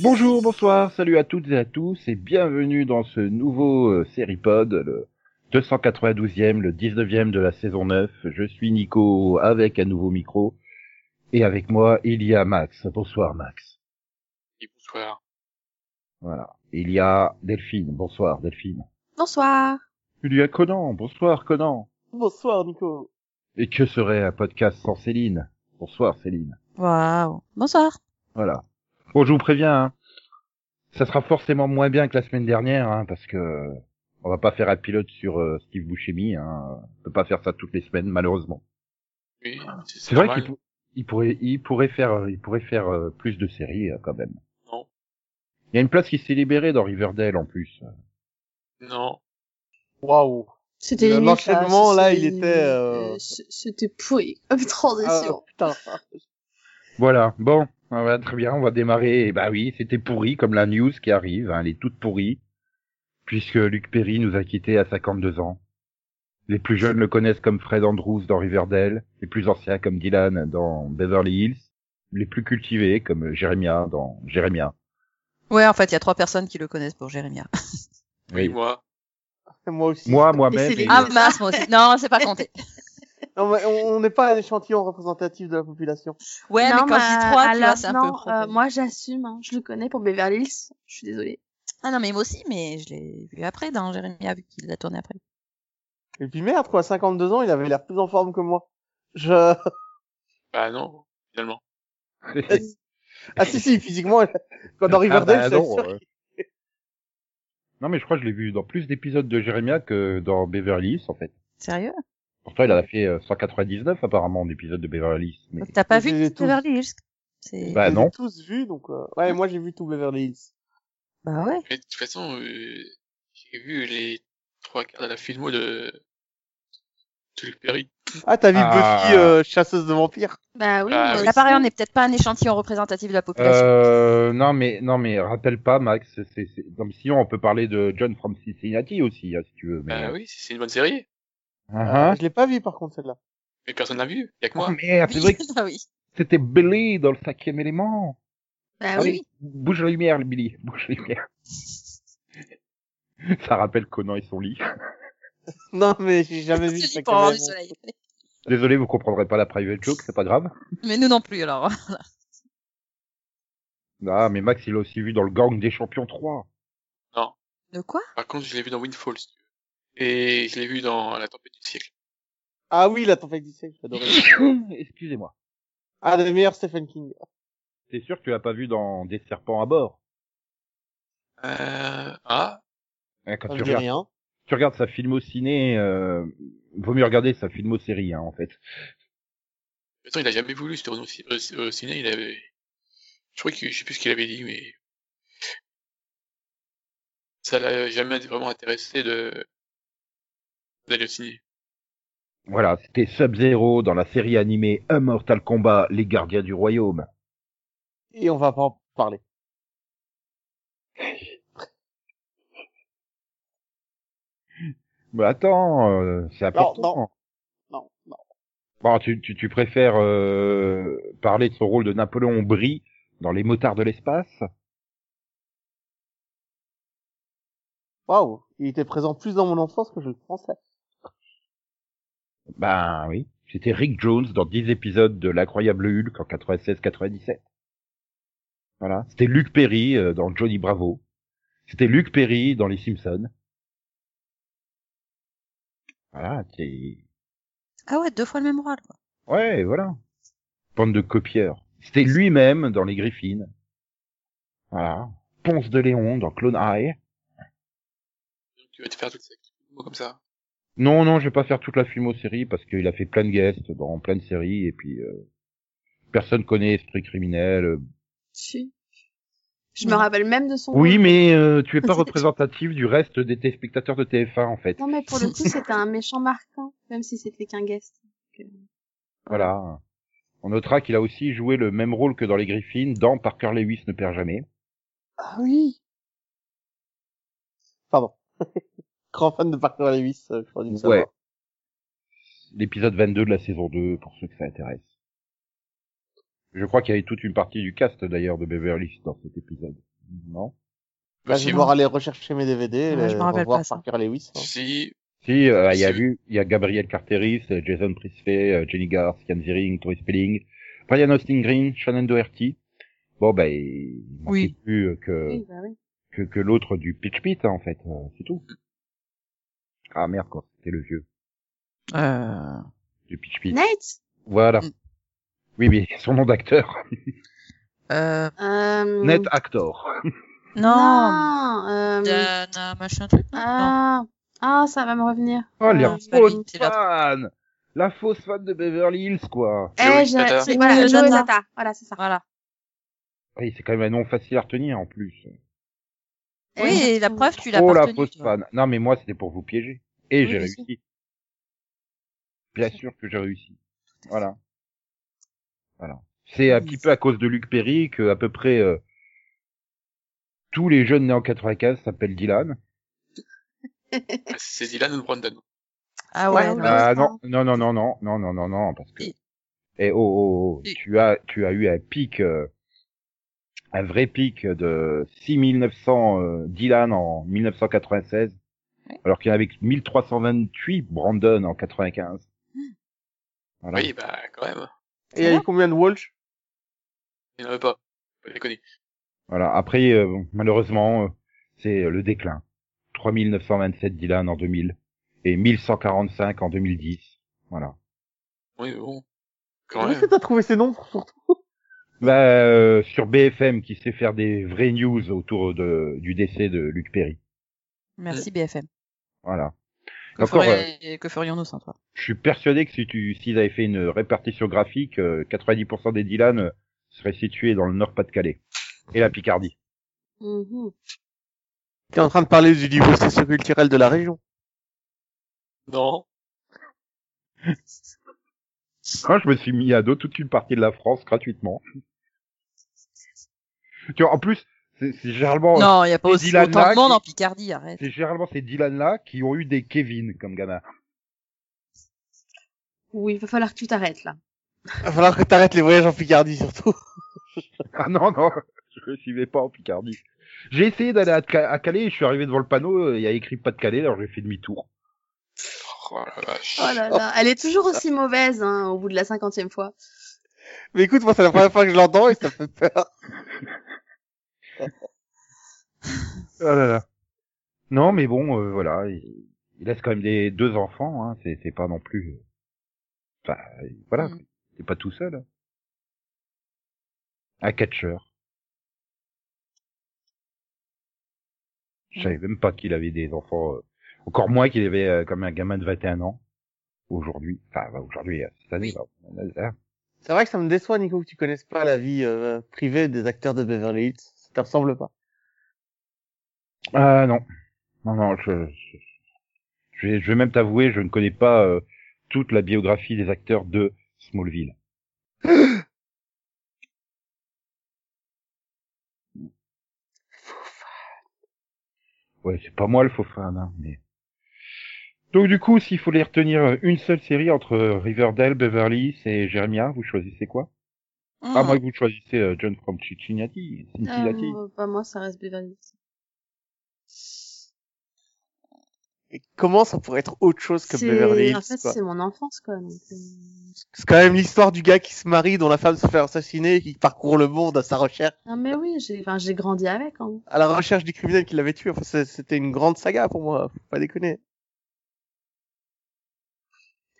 Bonjour, bonsoir, salut à toutes et à tous et bienvenue dans ce nouveau euh, Seripod, le 292e, le 19e de la saison 9. Je suis Nico avec un nouveau micro et avec moi il y a Max. Bonsoir Max. Et bonsoir. Voilà. Il y a Delphine. Bonsoir Delphine. Bonsoir. Il y a Conan. Bonsoir Conan. Bonsoir Nico. Et que serait un podcast sans Céline Bonsoir Céline. Waouh. Bonsoir. Voilà. Bon, je vous préviens, hein, ça sera forcément moins bien que la semaine dernière, hein, parce que euh, on va pas faire un pilote sur euh, Steve Buscemi. Hein, on peut pas faire ça toutes les semaines, malheureusement. Oui, C'est Ah, vrai bah, qu'il pour- il pourrait, il pourrait faire, euh, il pourrait faire euh, plus de séries euh, quand même. Non. Il y a une place qui s'est libérée dans Riverdale en plus. Non. Waouh. C'était Le- limite, l'enchaînement, ce- là, c'est il limite, était, euh, c- C'était pourri comme Ah, transition. putain. Voilà. Bon, ah ouais, très bien. On va démarrer. Et Bah oui, c'était pourri comme la news qui arrive. Hein, elle est toute pourrie, puisque Luc Perry nous a quittés à 52 ans. Les plus jeunes le connaissent comme Fred Andrews dans Riverdale, les plus anciens comme Dylan dans Beverly Hills, les plus cultivés comme Jeremiah dans Jeremiah. Ah. Ouais, en fait, il y a trois personnes qui le connaissent pour Jérémia. Oui, moi. Moi aussi. Moi, moi-même. Et et- Ah mince, moi aussi. Non, c'est pas compté. Non, mais on on n'est pas un échantillon représentatif de la population. Ouais, Non, mais quand je dis bah, trois, tu alors, vois, c'est un peu. non, euh, problème. moi, j'assume, hein, je le connais pour Beverly Hills. Je suis désolée. Ah non, mais moi aussi, mais je l'ai vu après dans Jérémia, vu qu'il l'a tourné après. Et puis merde, quoi, 52 ans, il avait l'air plus en forme que moi. Je... Bah non, finalement. Ah si, si, physiquement, quand dans Riverdale, Ah bah c'est non, sûr. euh. Non, mais je crois que je l'ai vu dans plus d'épisodes de Jeremiah que dans Beverly Hills, en fait. Sérieux Pourtant, il en a fait euh, 199 apparemment d'épisodes de Beverly Hills. Mais... Donc t'as pas Je les vu ai tous. Beverly Hills C'est. Bah, Je les ai non. tous vus, donc... euh, Ouais, moi j'ai vu tout Beverly Hills. Bah ouais. Mais de toute façon, euh, j'ai vu les trois quarts de la filmo de, de Luc Perry. Ah, t'as vu Ah. Buffy, euh, chasseuse de vampires Bah oui. Ah Bah, moi oui. Là, pareil, Euh, on aussi. n'est peut-être pas un échantillon représentatif de la population. Euh, non mais non mais rappelle pas Max, c'est c'est- non, mais sinon on peut parler de John from Cincinnati aussi hein, si tu veux. Mais... Bah oui, c'est une bonne série. Ah, ah. Je l'ai pas vu, par contre, celle-là. Mais personne n'a vu, y a que Oh, moi. merde, c'est vrai que Ah oui. c'était Billy dans le cinquième élément. Bah Ah oui. oui. Bouge la lumière, le Billy, bouge la lumière. Ça rappelle Conan et son lit. Non, mais j'ai jamais vu Celui ça. pour avoir du soleil. Désolé, vous comprendrez pas la private joke, c'est pas grave. Mais nous non plus, alors. Ah mais Max il l'a aussi vu dans le Gang des Champions 3. De quoi Par contre, je l'ai vu dans Windfall, si tu veux. Et je l'ai vu dans La Tempête du siècle. Ah oui, la tempête du siècle, j'adorais. Excusez-moi. Ah, le meilleur Stephen King. C'est sûr que tu l'as pas vu dans Des serpents à bord. Euh, ah, Hein, Quand Ça tu me dit regardes rien. tu regardes sa film au ciné, euh, vaut mieux regarder sa film série hein, en fait. attends, il a jamais voulu se tourner au, ci- euh, au- au ciné, il avait... Je crois que, je sais plus ce qu'il avait dit, mais... Ça l'a jamais vraiment intéressé de... d'aller au ciné. Voilà, c'était Sub-Zero dans la série animée Un Mortal Kombat, Les Gardiens du Royaume. Et on va pas en parler. Bah attends, euh, c'est important. Non, non. Bon, tu, tu, tu préfères euh, parler de son rôle de Napoléon Brie dans Les Motards de l'espace Waouh, il était présent plus dans mon enfance que je le pensais. Ben oui, c'était Rick Jones dans 10 épisodes de L'incroyable Hulk en 96-97. Voilà, c'était Luc Perry euh, dans Johnny Bravo. C'était Luc Perry dans Les Simpsons. Voilà, c'est... Ah ouais, deux fois le même rôle. quoi. Ouais, voilà. Bande de copieurs. C'était lui-même dans Les Griffines. Voilà. Ponce de Léon dans Clone High. Tu vas te faire toute cette filmo comme ça. Non, non, je vais pas faire toute la filmo-série parce qu'il a fait plein de guests dans plein de séries et puis euh, personne connaît Esprit criminel, euh, Si. Je me Non. rappelle même de son. Oui, nom. mais euh, tu es pas représentatif du reste des téléspectateurs de TF1 en fait. Non, mais pour le coup, c'était un méchant marquant. même si c'était qu'un guest. Voilà. On notera qu'il a aussi joué le même rôle que dans les Griffins dans Parker Lewis ne perd jamais. Ah oui Pardon. Grand fan de Parker Lewis, euh, je crois du savoir. Ouais. L'épisode 22 de la saison 2, pour ceux que ça intéresse. Je crois qu'il y avait toute une partie du cast, d'ailleurs, de Beverly Hills dans cet épisode. Non? Bah, je vais Possible. devoir aller rechercher mes DVD, Ouais, les je me rappelle revoir pas ça. Parker Lewis. hein. Si, Si, euh, il y a Si. vu, il y a Gabriel Carteris, euh, Jason Priestley, euh, Jenny Garth, Ian Ziering, Tori Spelling, Brian Austin Green, Shannon Doherty. Bon, bah, il manquait Oui. plus euh, que, Oui, bah oui. que, que l'autre du Pitch Pit, hein, en fait, euh, c'est tout. Ah merde, quoi, c'était le vieux Euh... du Pitch Pit. Nate Voilà. Mm. Oui, mais son nom d'acteur. Euh... euh... Net Actor. Non. euh... Dana, machin truc. non Non. Ah... ah, ça va me revenir. Oh, les Ah, fausses pas lui, c'est l'autre. fans La fausse fan de Beverly Hills, quoi. Joey Eh, j'ai- Tata. c'est- voilà, Oui, Joey Tata. Tata. Voilà, c'est ça. Voilà. Oui, c'est quand même un nom facile à retenir, en plus. Oui, et la preuve, tu l'as Oh pas la retenu, fausse tu vois. fan. Non mais moi c'était pour vous piéger. Et Oui, j'ai bien sûr. réussi. Bien sûr que j'ai réussi. Voilà. Voilà. C'est un Oui, petit c'est- peu à cause de Luc Perry que à peu près euh, tous les jeunes nés en 95 s'appellent Dylan. bah, c'est Dylan ou Brandon. Ah ouais. Ouais, non. ouais. Ah ça. non, non, non, non, non, non, non, non, non, parce que. Si. Eh oh, oh, oh, Si. tu as, tu as eu un pic, euh, un vrai pic de 6900 euh, Dylan en 1996, Ouais. alors qu'il y en avait que 1328 Brandon en 95. Voilà. Oui, bah, quand même. Et il y a eu combien de Walsh Il n'en veut pas. Faut pas déconner. Voilà. Après, euh, bon, malheureusement, euh, c'est euh, le déclin. 3927 Dylan en 2000 et 1145 en 2010. Voilà. Oui, mais bon. Quand Où même. est-ce que t'as trouvé ces noms surtout Bah, euh, sur BFM qui sait faire des vraies news autour de, du décès de Luc Perry. Merci BFM. Voilà. Que, Encore, ferait- que ferions-nous sans toi Je suis persuadé que si tu s'ils avaient fait une répartition graphique, euh, 90% des Dylan euh, seraient situés dans le Nord-Pas-de-Calais et la Picardie. Mhm. T'es en train de parler du niveau socioculturel de la région. Non. Moi, Ah, je me suis mis à dos toute une partie de la France gratuitement. tu vois, en plus, c'est c'est généralement Non, il n'y a pas Oh. et aussi Dylan autant là de monde qui- en Picardie, arrête. c'est généralement ces Dylan là qui ont eu des Kevin comme gamin. Oui, il va falloir que tu t'arrêtes là. Va falloir que t'arrêtes les voyages en Picardie surtout. Ah non non, je ne suivais pas en Picardie. J'ai essayé d'aller à, Ca- à Calais, je suis arrivé devant le panneau, euh, il y a écrit pas de Calais, alors j'ai fait demi-tour. Oh la vache. Oh là là, elle est toujours aussi mauvaise hein, au bout de la cinquantième fois. Mais écoute, moi c'est la première fois que je l'entends et ça me fait peur. Oh là là. Non, mais bon, euh, voilà, il, il laisse quand même des deux enfants, hein, c'est c'est pas non plus. euh, Enfin, voilà, Mm. t'es pas tout seul. hein. Un catcheur. Je savais même pas qu'il avait des enfants. euh, encore moins qu'il avait euh, comme un gamin de 21 ans aujourd'hui. Enfin, bah, aujourd'hui, euh, cette année. là. C'est vrai que ça me déçoit, Nico, que tu connaisses pas la vie euh, privée des acteurs de Beverly Hills. Ça te ressemble pas. Ah non, non, non, je, je, je vais, je vais même t'avouer, je ne connais pas euh, toute la biographie des acteurs de Smallville. Ouais, c'est pas moi le faux fan, hein, mais. Donc du coup, s'il fallait retenir euh, une seule série entre euh, Riverdale, Beverly Hills et Jeremia, vous choisissez quoi Ah, Mmh, moi, vous choisissez euh, John from Cincinnati. Ah, Cincinnati. moi, bah, moi, ça reste Beverly Hills. Et comment ça pourrait être autre chose que C'est- Beverly Hills En fait, quoi c'est mon enfance, quoi. Donc, euh, C'est quand même l'histoire du gars qui se marie, dont la femme se fait assassiner, et qui parcourt le monde à sa recherche, Non, mais oui, j'ai enfin, j'ai grandi avec. Hein. à la recherche du criminel qui l'avait tué. Enfin, c'est- c'était une grande saga pour moi. Faut pas déconner.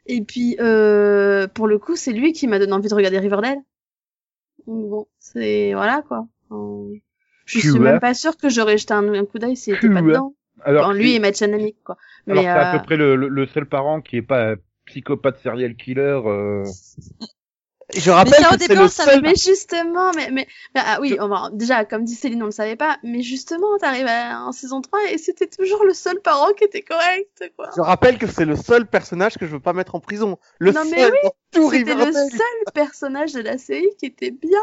Et puis, euh, pour le coup, c'est lui qui m'a donné envie de regarder Riverdale. Donc, Bon, c'est... Voilà, quoi. Euh, Je suis Cure. même pas sûre que j'aurais jeté un, un coup d'œil s'il était Cure. pas dedans. Alors, Enfin, lui si- et Matt Shanamick, quoi. Alors Mais, c'est à euh, euh, peu près le, le- le seul parent qui est pas un psychopathe serial killer. euh, Je rappelle ça, au que c'est début, le on savait seul. pas. Mais justement, mais, mais, mais- ah oui, Je- on va- déjà, comme dit Céline, on le savait pas, mais justement, t'arrives à- en saison 3 et c'était toujours le seul parent qui était correct, quoi. Je rappelle que c'est le seul personnage que je veux pas mettre en prison. Le Non, mais seul dans tout C'était le Riverdale. seul personnage de la série qui était bien.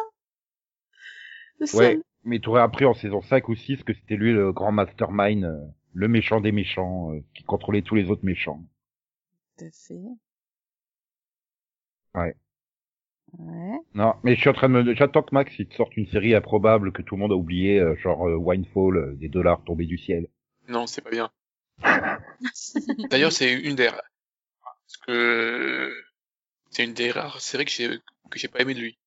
Le seul. Ouais, mais t'aurais appris en saison 5 ou 6 que c'était lui le grand mastermind, euh, le méchant des méchants, euh, qui contrôlait tous les autres méchants. Tout à fait. Ouais. Ouais. Non, mais je suis en train de me... J'attends que Max il te sorte une série improbable que tout le monde a oublié, euh, genre euh, Winefall, euh, des dollars tombés du ciel. Non, c'est pas bien. D'ailleurs, c'est une des rares. Parce que c'est une des rares séries que j'ai que j'ai pas aimé de lui.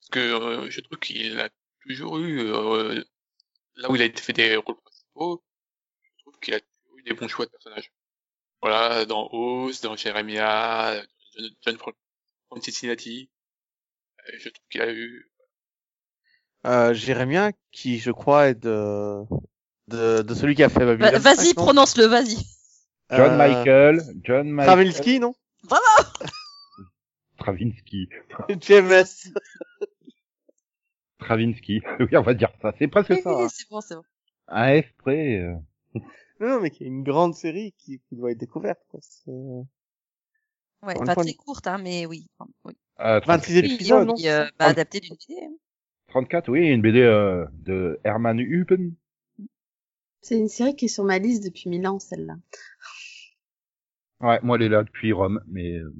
Parce que euh, je trouve qu'il a toujours eu euh, là où il a fait des rôles principaux, je trouve qu'il a toujours eu des bons choix de personnages. Voilà, dans Oz, dans Jeremiah, John, John Fran- Frank Cincinnati. Euh, Je trouve qu'il a eu Euh, Jérémien, qui je crois est de, de, de celui qui a fait Babylon. Va- Bah, Vas-y, 5, non prononce-le, vas-y. John Euh, Michael, John Michael... Kravilski, non Travinsky. JMS. Travinsky. oui, on va dire ça. C'est presque Oui, ça. oui, hein. c'est bon, c'est bon. Un F près. euh. Non, non, mais qui est une grande série qui, qui doit être découverte. Quoi. C'est- Ouais, Encore une pas fois, très courte, hein, mais oui. Enfin, oui. Ah, 26 34, Oui, épisodes, oui, non euh, bah, adapté d'une idée. 34, oui, une BD euh, de Herman Huppen. C'est une série qui est sur ma liste depuis mille ans, celle-là. Ouais, moi elle est là depuis Rome, mais... euh,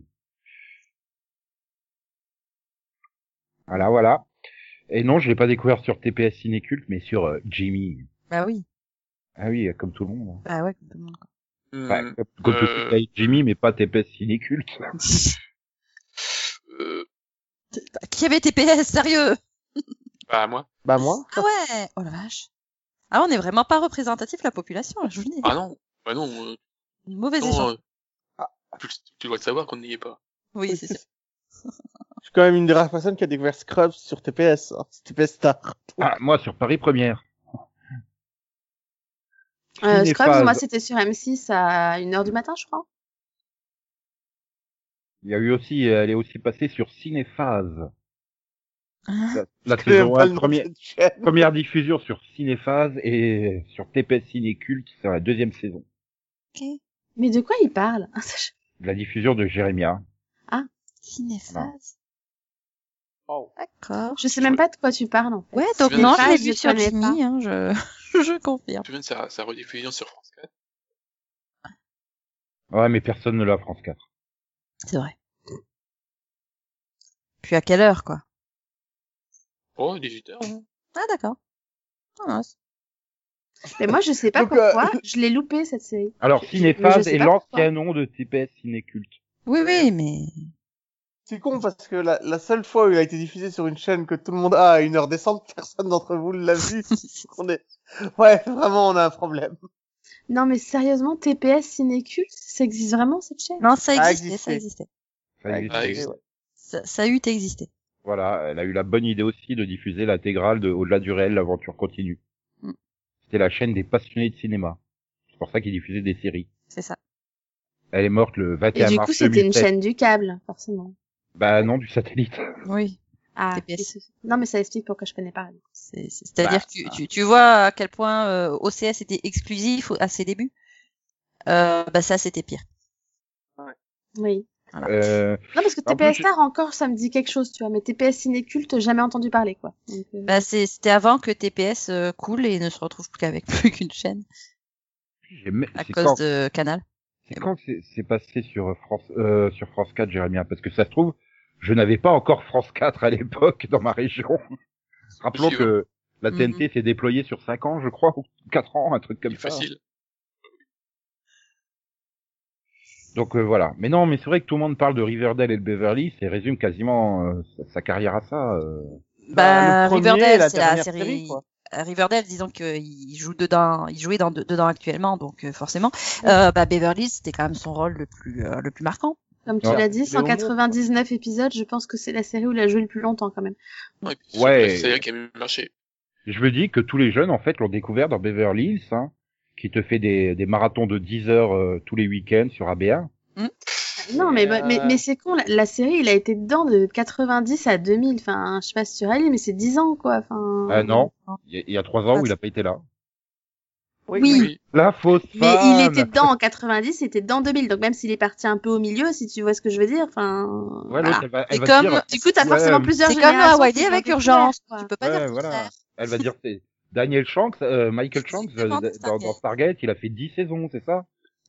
Voilà, voilà. Et non, je l'ai pas découvert sur TPS Cinéculte, mais sur euh, Jimmy. Bah oui. Ah oui, comme tout le monde. hein. Bah ouais, comme tout le monde. quoi. Enfin, Mm. comme Hmm, comme tout le euh, monde avec Jimmy, mais pas TPS Cinéculte. euh, Bah, Qui avait TPS, sérieux bah moi. Bah moi Ah ouais Oh la vache Ah, on est vraiment pas représentatif la population, là, je vous le dis. Ah non, bah non, euh, Une mauvaise non échelle. euh, tu, tu dois le savoir qu'on n'y est pas. Oui, c'est sûr. Je suis quand même une des rares personnes qui a découvert Scrubs sur TPS. hein. C'est TPS Star. Ah, moi sur Paris Première. Euh, n'est Scrubs, pas- moi, c'était sur M6 à 1h du matin, je crois. Il y a eu aussi, euh, elle est aussi passée sur Cinéphase. Hein La, la Je connais même saison pas 1, le nom première, de cette chaîne. première diffusion sur Cinéphase et sur TPS Cinéculte sur la deuxième saison. Ok. Mais de quoi il parle La diffusion de Jérémia. Cinéphase. Oh. D'accord. Je sais même pas de quoi tu parles, en fait. Ouais, donc Cinéphase, non, je l'ai je vu sur connais Jimmy, hein, je... je confirme. Tu viens de sa, sa rediffusion sur France 4 Ouais, mais personne ne l'a France 4. C'est vrai. Puis à quelle heure, quoi Oh, 18h. Ah, d'accord. Ah, c'est- Mais moi, je sais pas Donc, euh, pourquoi. Je l'ai loupé, cette série. Alors Je- je- je Cinéphase sais est pas l'ancien nom de TPS Cinéculte. Oui, oui, mais... C'est con parce que la, la seule fois où il a été diffusé sur une chaîne que tout le monde a à une heure décente, personne d'entre vous l'a vu. on est... Ouais, vraiment, on a un problème. Non, mais sérieusement, TPS Cinéculte, ça existe vraiment, cette chaîne Non, ça Ça existait, ça existait. existait. Bah, Ça Ah, existe. existe. Ça, ça a eu existé. Voilà, elle a eu la bonne idée aussi de diffuser l'intégrale de Au-delà du réel, l'aventure continue. Mm. C'était la chaîne des passionnés de cinéma. C'est pour ça qu'ils diffusaient des séries. C'est ça. Elle est morte le Et 21 du mars coup, c'était une 2007. chaîne du câble, forcément. Bah non, du satellite. Oui. Ah, TPS. et ce- non, mais ça explique pourquoi je connais pas. C'est- c'est- C'est-à-dire que tu- tu, tu vois à quel point euh, OCS était exclusif au- à ses débuts. Euh, bah ça, c'était pire. Oui. Euh, Non, parce que En TPS plus, Star, encore, ça me dit quelque chose, tu vois. Mais TPS Cinéculte, jamais entendu parler, quoi. Donc, euh, Bah, c'est- c'était avant que TPS euh, coule et ne se retrouve plus qu'avec plus qu'une chaîne j'ai me- à c'est cause quand, de Canal. c'est quand que c'est- c'est passé sur France, euh, sur France 4, Jérémien Parce que ça se trouve, je n'avais pas encore France 4 à l'époque dans ma région. Rappelons possible. que la Mhm. TNT s'est déployée sur 5 ans, je crois, ou 4 ans, un truc comme C'est ça. facile. Donc euh, voilà. Mais non, mais c'est vrai que tout le monde parle de Riverdale et de Beverly, c'est résume quasiment euh, sa, sa carrière à ça. euh. Bah, le premier Riverdale, et c'est la dernière série- quoi. À Riverdale, disons qu'il joue dedans, il jouait dans, dedans actuellement, donc euh, forcément. Euh, bah, Beverly, Hills, c'était quand même son rôle le plus euh, le plus marquant. comme tu voilà. l'as dit, Il est au monde, 199 épisodes, je pense que c'est la série où il a joué le plus longtemps, quand même. Ouais. et puis surtout, Ouais. C'est là qui a mieux marché. Je me dis que tous les jeunes en fait l'ont découvert dans Beverly Hills, hein, qui te fait des, des marathons de 10 heures euh, tous les week-ends sur AB1. Non, mais, bah- euh, mais, mais c'est con, la, la série, il a été dedans de 90 à 2000. Enfin, je sais pas si tu râles, mais c'est 10 ans, quoi. Enfin... Euh, Ah non, il y a- il y a trois ans Ah, où il a pas été là. Oui, Oui. La fausse Mais femme. il était dedans en 90, il était dedans en 2000. Donc même s'il est parti un peu au milieu, si tu vois ce que je veux dire, enfin. Ouais, voilà. l'autre, elle va, elle Ah, Et va comme- dire, Du coup, t'as Ouais, forcément euh, plusieurs C'est comme générations. Hawaii qui sont avec découvertes, urgence. quoi. Tu peux pas hein. Ouais, dire le voilà. contraire. elle va dire, c'est Daniel Shanks, euh, Michael Shanks, euh, dans, Exactement, dans Stargate, il a fait 10 saisons, c'est ça?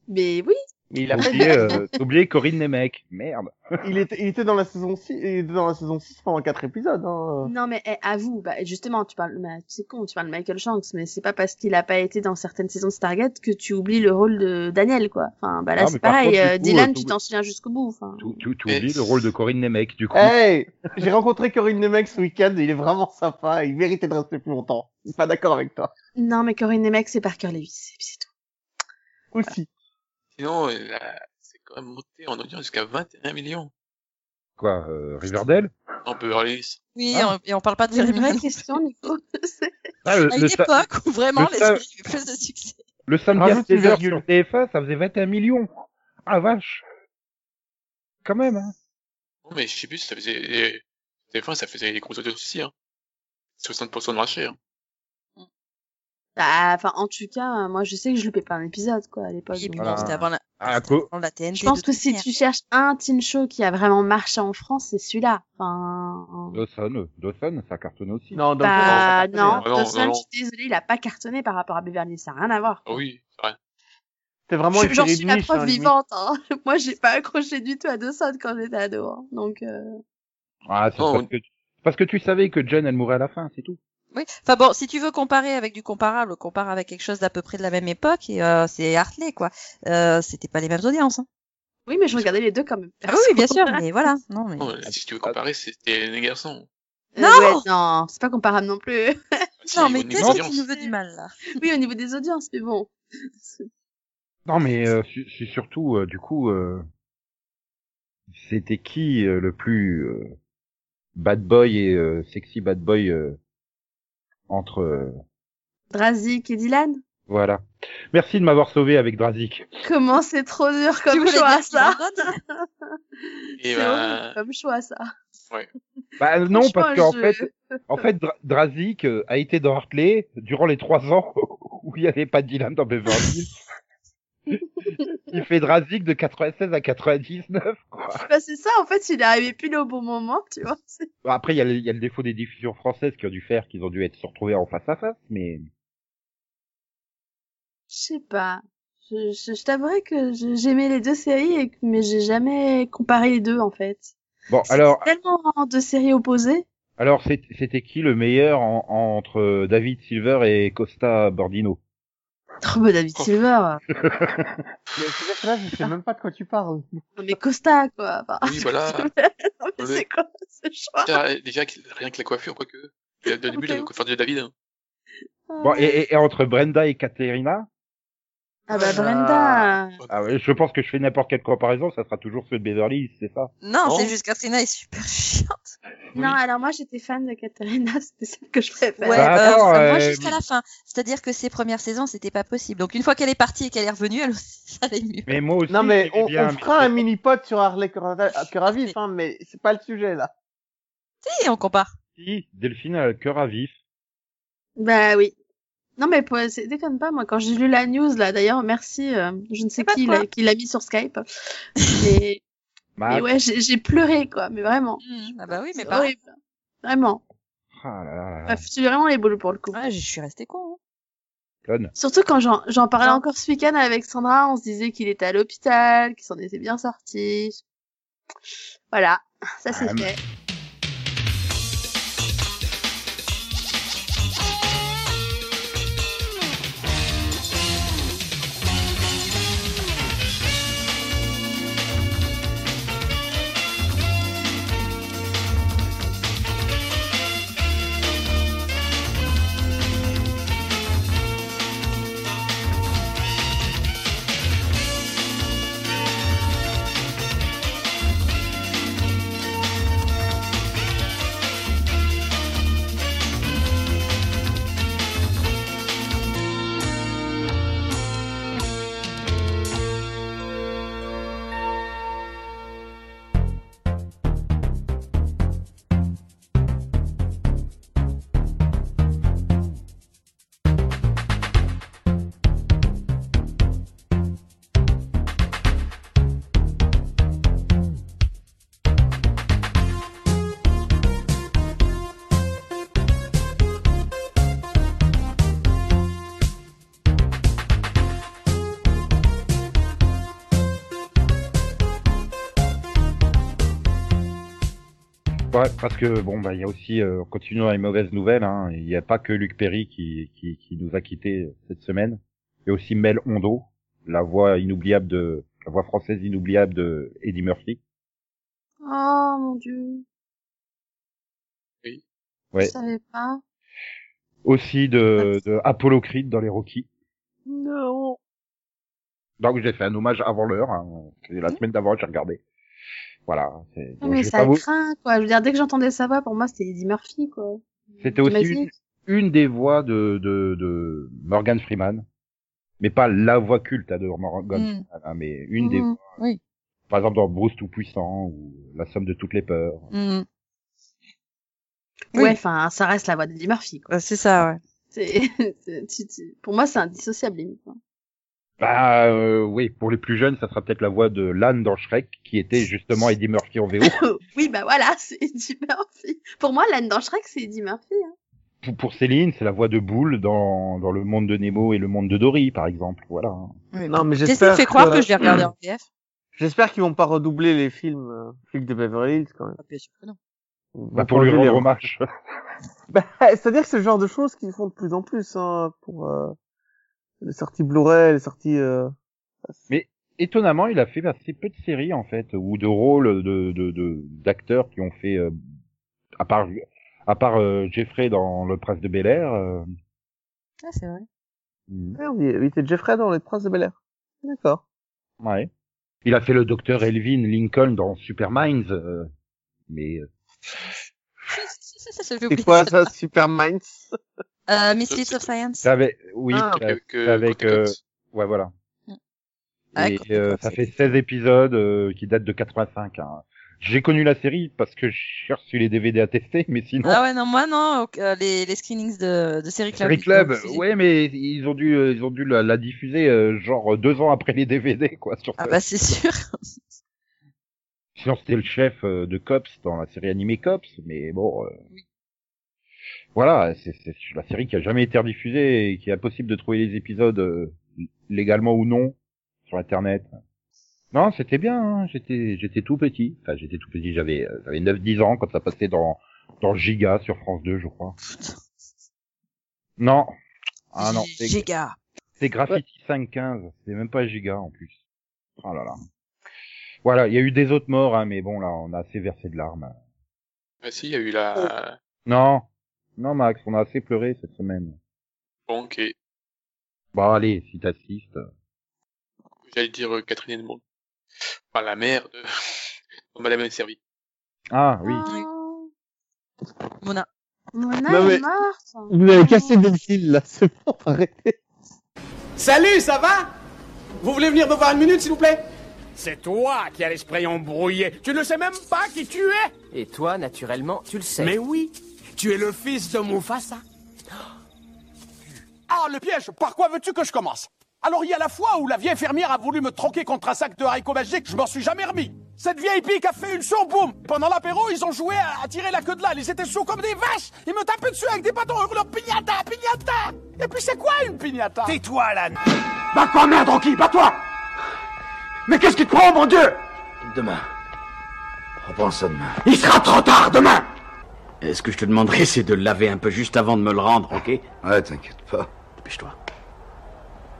Mais oui, Mais il T'as a pas oublié, euh, t'as oublié Corinne Nemec. Merde. il était, il était dans la saison 6, il était dans la saison 6 pendant 4 épisodes, hein. non mais eh, avoue, bah, justement, tu parles, bah, c'est con, tu parles de Michael Shanks, mais c'est pas parce qu'il a pas été dans certaines saisons de Stargate que tu oublies le rôle de Daniel, quoi. Enfin, bah là, Ah, mais c'est par pareil, contre, du euh, coup, Dylan, euh, tu tout- t'en souviens jusqu'au bout. Enfin, Tu, tu, tu Mais- oublies le rôle de Corinne Nemec, du coup. Euh, Hey! J'ai rencontré Corinne Nemec ce week-end, il est vraiment sympa, il méritait de rester plus longtemps. Je suis pas d'accord avec toi. Non, mais Corinne et Mec, c'est Parker Lewis, et puis c'est tout. Aussi. Sinon, euh, la- c'est quand même monté en audience jusqu'à 21 millions. Quoi, euh, Riverdale? En Beverly Hills. Oui, Ah. on- et on parle pas de C'est série une vraie Black. question, Nico. C'est- Ah, le, À une le, sa- époque où vraiment le les sa- séries avaient plus de succès. le samedi à Rajoute une 16h virgule. sur TF1, ça faisait 21 millions. Ah, vache. Quand même, hein. Non, mais je sais plus, ça faisait, des fois, ça faisait des grosses audiences aussi, hein. 60% de marché, hein. Bah, Enfin, en tout cas, euh, moi, je sais que je loupais pas un épisode, quoi, à l'époque. Et donc, euh, puis Voilà. bon, c'était avant la, Ah, c'était co- avant la TNT. Je pense de que toute si manière. tu cherches un teen show qui a vraiment marché en France, c'est celui-là. Enfin, Dawson, euh, Dawson, ça cartonne aussi. Non, donc, bah non, ça non, cartonnait, hein. Ah non, Dawson, non, non. je suis désolée, il a pas cartonné par rapport à Beverly, Hills, ça n'a rien à voir. Ah oui, c'est vrai. C'est vraiment Je- une J'en série suis de la niche, preuve hein, limite. vivante. Hein. Moi, j'ai pas accroché du tout à Dawson quand j'étais ado. hein. Donc, euh, Ah, c'est Oh, Non, parce on- que, tu- c'est parce que tu savais que Jen, elle mourrait à la fin, c'est tout. Oui. Enfin bon, si tu veux comparer avec du comparable, compare avec quelque chose d'à peu près de la même époque et euh, c'est Hartley quoi. Euh, c'était pas les mêmes audiences. hein. oui, mais je regardais les deux quand même. Ah oui, oui, bien sûr, mais voilà. Non mais Non, si tu veux comparer, c'était les garçons. Euh, Non ouais, non, c'est pas comparable non plus. Si, non au mais niveau qu'est-ce audience. qui nous veut du mal là oui, au niveau des audiences, mais bon. Non, mais euh, su- c'est surtout, euh, du coup, euh, c'était qui euh, le plus euh, bad boy et euh, sexy bad boy euh, entre... euh, Drazik et Dylan, voilà. Merci de m'avoir sauvé avec Drazik. comment c'est trop dur Tu comme voulais choix dire ça. Dylan Rhodes Et C'est ben, horrible comme choix ça. Bah non, parce qu'en Franchement, je- fait, en fait, Dra- Drazik euh, a été dans Hartley durant les trois ans où il n'y avait pas de Dylan dans Beverly Hills. il fait Drazik de 96 à 99. quoi. Bah, c'est ça, en fait, il est arrivé pile au bon moment, tu vois. c'est- Bon, après, il y, a le- il y a le défaut des diffusions françaises qui ont dû faire, qu'ils ont dû être se retrouver en face à face, mais Je sais pas. Je, je, je t'avouerais que je- j'aimais les deux séries, et que- mais j'ai jamais comparé les deux, en fait. bon. C'est Alors, tellement deux séries opposées. alors, c'est- c'était qui le meilleur en- en- entre David Silver et Costa Bordino Trop beau David Oh. Silver. Mais c'est là, je sais même pas de quoi tu parles. Non, mais Costa, quoi. Enfin, oui, voilà. non, mais c'est quoi ce choix Déjà, déjà, rien que la coiffure, quoique. Le le début, le coiffeur de David. hein. Bon, et, et- et entre Brenda et Katerina Ah bah Euh, Brenda. Ah ouais, je pense que je fais n'importe quelle comparaison, ça sera toujours ceux de Beverly, Hills, c'est ça Non, Oh. c'est juste Katrina est super chiante. Non, alors moi j'étais fan de Katerina, c'était celle que je préfère. Ouais, Bah, euh, attends, enfin, moi euh, jusqu'à la fin. C'est-à-dire que ses premières saisons, c'était pas possible. Donc une fois qu'elle est partie et qu'elle est revenue, elle ça allait mieux. Mais moi aussi. Non, mais j'aimais on, bien, on mais- fera un mini-pod sur Harley Curavif, hein, mais c'est pas le sujet, là. Si, on compare. Si, Delphine a le cœur à vif. Bah oui. Non mais pour- c'est- déconne pas moi quand j'ai lu la news là d'ailleurs merci euh, je ne sais Pas de qui quoi. l'a- qui l'a mis sur Skype mais, Max. mais ouais j'ai j'ai pleuré quoi mais vraiment Ah bah oui, mais C'est pas. horrible. vraiment Ah là là là là, ouais. foutu vraiment les boules pour le coup Ouais, je suis restée con. hein. conne. surtout quand j'en j'en parlais Non. encore ce week-end avec Sandra on se disait qu'il était à l'hôpital qu'il s'en était bien sorti voilà ça c'est Ah, mais- fait Ouais, parce que bon, bah il y a aussi, euh, continuons les mauvaises nouvelles. hein, Il n'y a pas que Luc Perry qui, qui, qui nous a quittés cette semaine. Il y a aussi Mel Hondo, la voix inoubliable de, la voix française inoubliable de Eddie Murphy. Oh mon dieu. Oui. Ouais. Je savais pas. Aussi de, de Apollo Creed dans les Rockies. Non. Donc j'ai fait un hommage avant l'heure. hein, c'est La semaine d'avant, j'ai regardé. Voilà. c'est- donc, Mhm. mais je vais pas ça vous- craint, quoi. Je veux dire, dès que j'entendais sa voix, pour moi, c'était Eddie Murphy, quoi. C'était aussi T'imagines une, une des voix de, de, de Morgan Freeman, mais pas la voix culte hein, de Morgan Mm. Freeman, hein, mais une des Mhm. par exemple dans Bruce tout puissant ou La somme de toutes les peurs. Mm. Oui. Ouais, enfin, ça reste la voix d'Eddie Murphy, quoi. Ouais, c'est ça, ouais. C'est, c'est- tu- tu- pour moi, c'est indissociable, limite. hein. Bah euh, oui, pour les plus jeunes, ça sera peut-être la voix de Lan dans Shrek qui était justement Eddie Murphy en VO. oui, bah voilà, c'est Eddie Murphy. Pour moi, l'âne dans Shrek, c'est Eddie Murphy. hein. pour, pour Céline, c'est la voix de Boule dans dans le monde de Nemo et le monde de Dory par exemple, voilà. hein. Non, mais Qu'est-ce qui j'espère. me fait croire que je l'ai regardé en VF J'espère qu'ils vont pas redoubler les films euh, flics de Beverly Hills quand même. Ah, bien sûr que non. Ils vont Bah, pour lui changer les- rendre hommage. Bah, c'est-à-dire que c'est le genre de choses qu'ils font de plus en plus hein, pour euh, les sorties Blu-ray, les sorties. euh, étonnamment, il a fait assez peu de séries en fait, ou de rôles de de- de- d'acteurs qui ont fait, euh, à part à part euh, Jeffrey dans Le Prince de Bel Air. euh, Ah, c'est vrai. Merde, il il était Jeffrey dans Les Princes de Bel Air. D'accord. ouais. Il a fait le docteur Elvin Lincoln dans Superminds, euh, mais euh, J'avais C'est oublié quoi ça. ça, Super Minds Euh, Miss Lips of Science. ça avait- oui, Ah, ça- avec, c'est euh, avec, Courtney Cox. ouais voilà. Ouais, Et Courtney euh, Cox, ça ouais. fait 16 épisodes euh, qui datent de 85. hein. J'ai connu la série parce que j'ai reçu les DVD attestés, mais sinon. Ah ouais, non, moi, non, au- euh, les, les screenings de, de série club. Série ils Club, l'ont diffusé. ouais, mais ils ont dû, euh, ils ont dû la, la diffuser euh, genre deux ans après les DVD, quoi. Sur Ah bah, c'est sûr. Sinon, c'était le chef euh, de Cops dans la série animée Cops, mais bon. euh, Voilà, c'est c'est la série qui a jamais été rediffusée et qui est impossible de trouver les épisodes euh, légalement ou non sur Internet. Non, c'était bien. hein, J'étais, j'étais tout petit. Enfin, j'étais tout petit. J'avais, euh, j'avais 9-10 ans quand ça passait dans dans Giga sur France 2, je crois. Non. Ah non, c'est- Giga. c'est Graffiti 515, c'est même pas giga en plus. Oh là là. Voilà, il y a eu des autres morts, hein, mais bon là, on a assez versé de larmes. Ah si, il y a eu la... Non, non Max, on a assez pleuré cette semaine. Bon, ok. Bon allez, si t'assistes. J'allais dire euh, Catherine Edmond. Enfin, la mère de... de Madame est servie. Ah oui, Oh. Mona. Mona Non, mais- est morte. Vous avez cassé Delphine là, c'est bon, arrêtez. Salut, ça va Vous voulez venir me voir une minute, s'il vous plaît C'est toi qui as l'esprit embrouillé. Tu ne sais même pas qui tu es Et toi, naturellement, tu le sais. Mais oui, tu es le fils de Mufasa. Ah, le piège Par quoi veux-tu que je commence Alors, il y a la fois où la vieille fermière a voulu me troquer contre un sac de haricots magiques, je m'en suis jamais remis. Cette vieille pique a fait une chamboum. Pendant l'apéro, ils ont joué à, à tirer la queue de l'âne. Ils étaient chauds comme des vaches. Ils me tapaient dessus avec des bâtons hurlant pignata, pignata. Et puis c'est quoi une pignata Tais-toi, Alan. Bats-toi, merde, Rocky, bats-toi. Mais qu'est-ce qui te prend, mon Dieu Demain. Repense à demain. Il sera trop tard demain. Et ce que je te demanderai, c'est de le laver un peu juste avant de me le rendre, ok Ouais, t'inquiète pas. Dépêche-toi.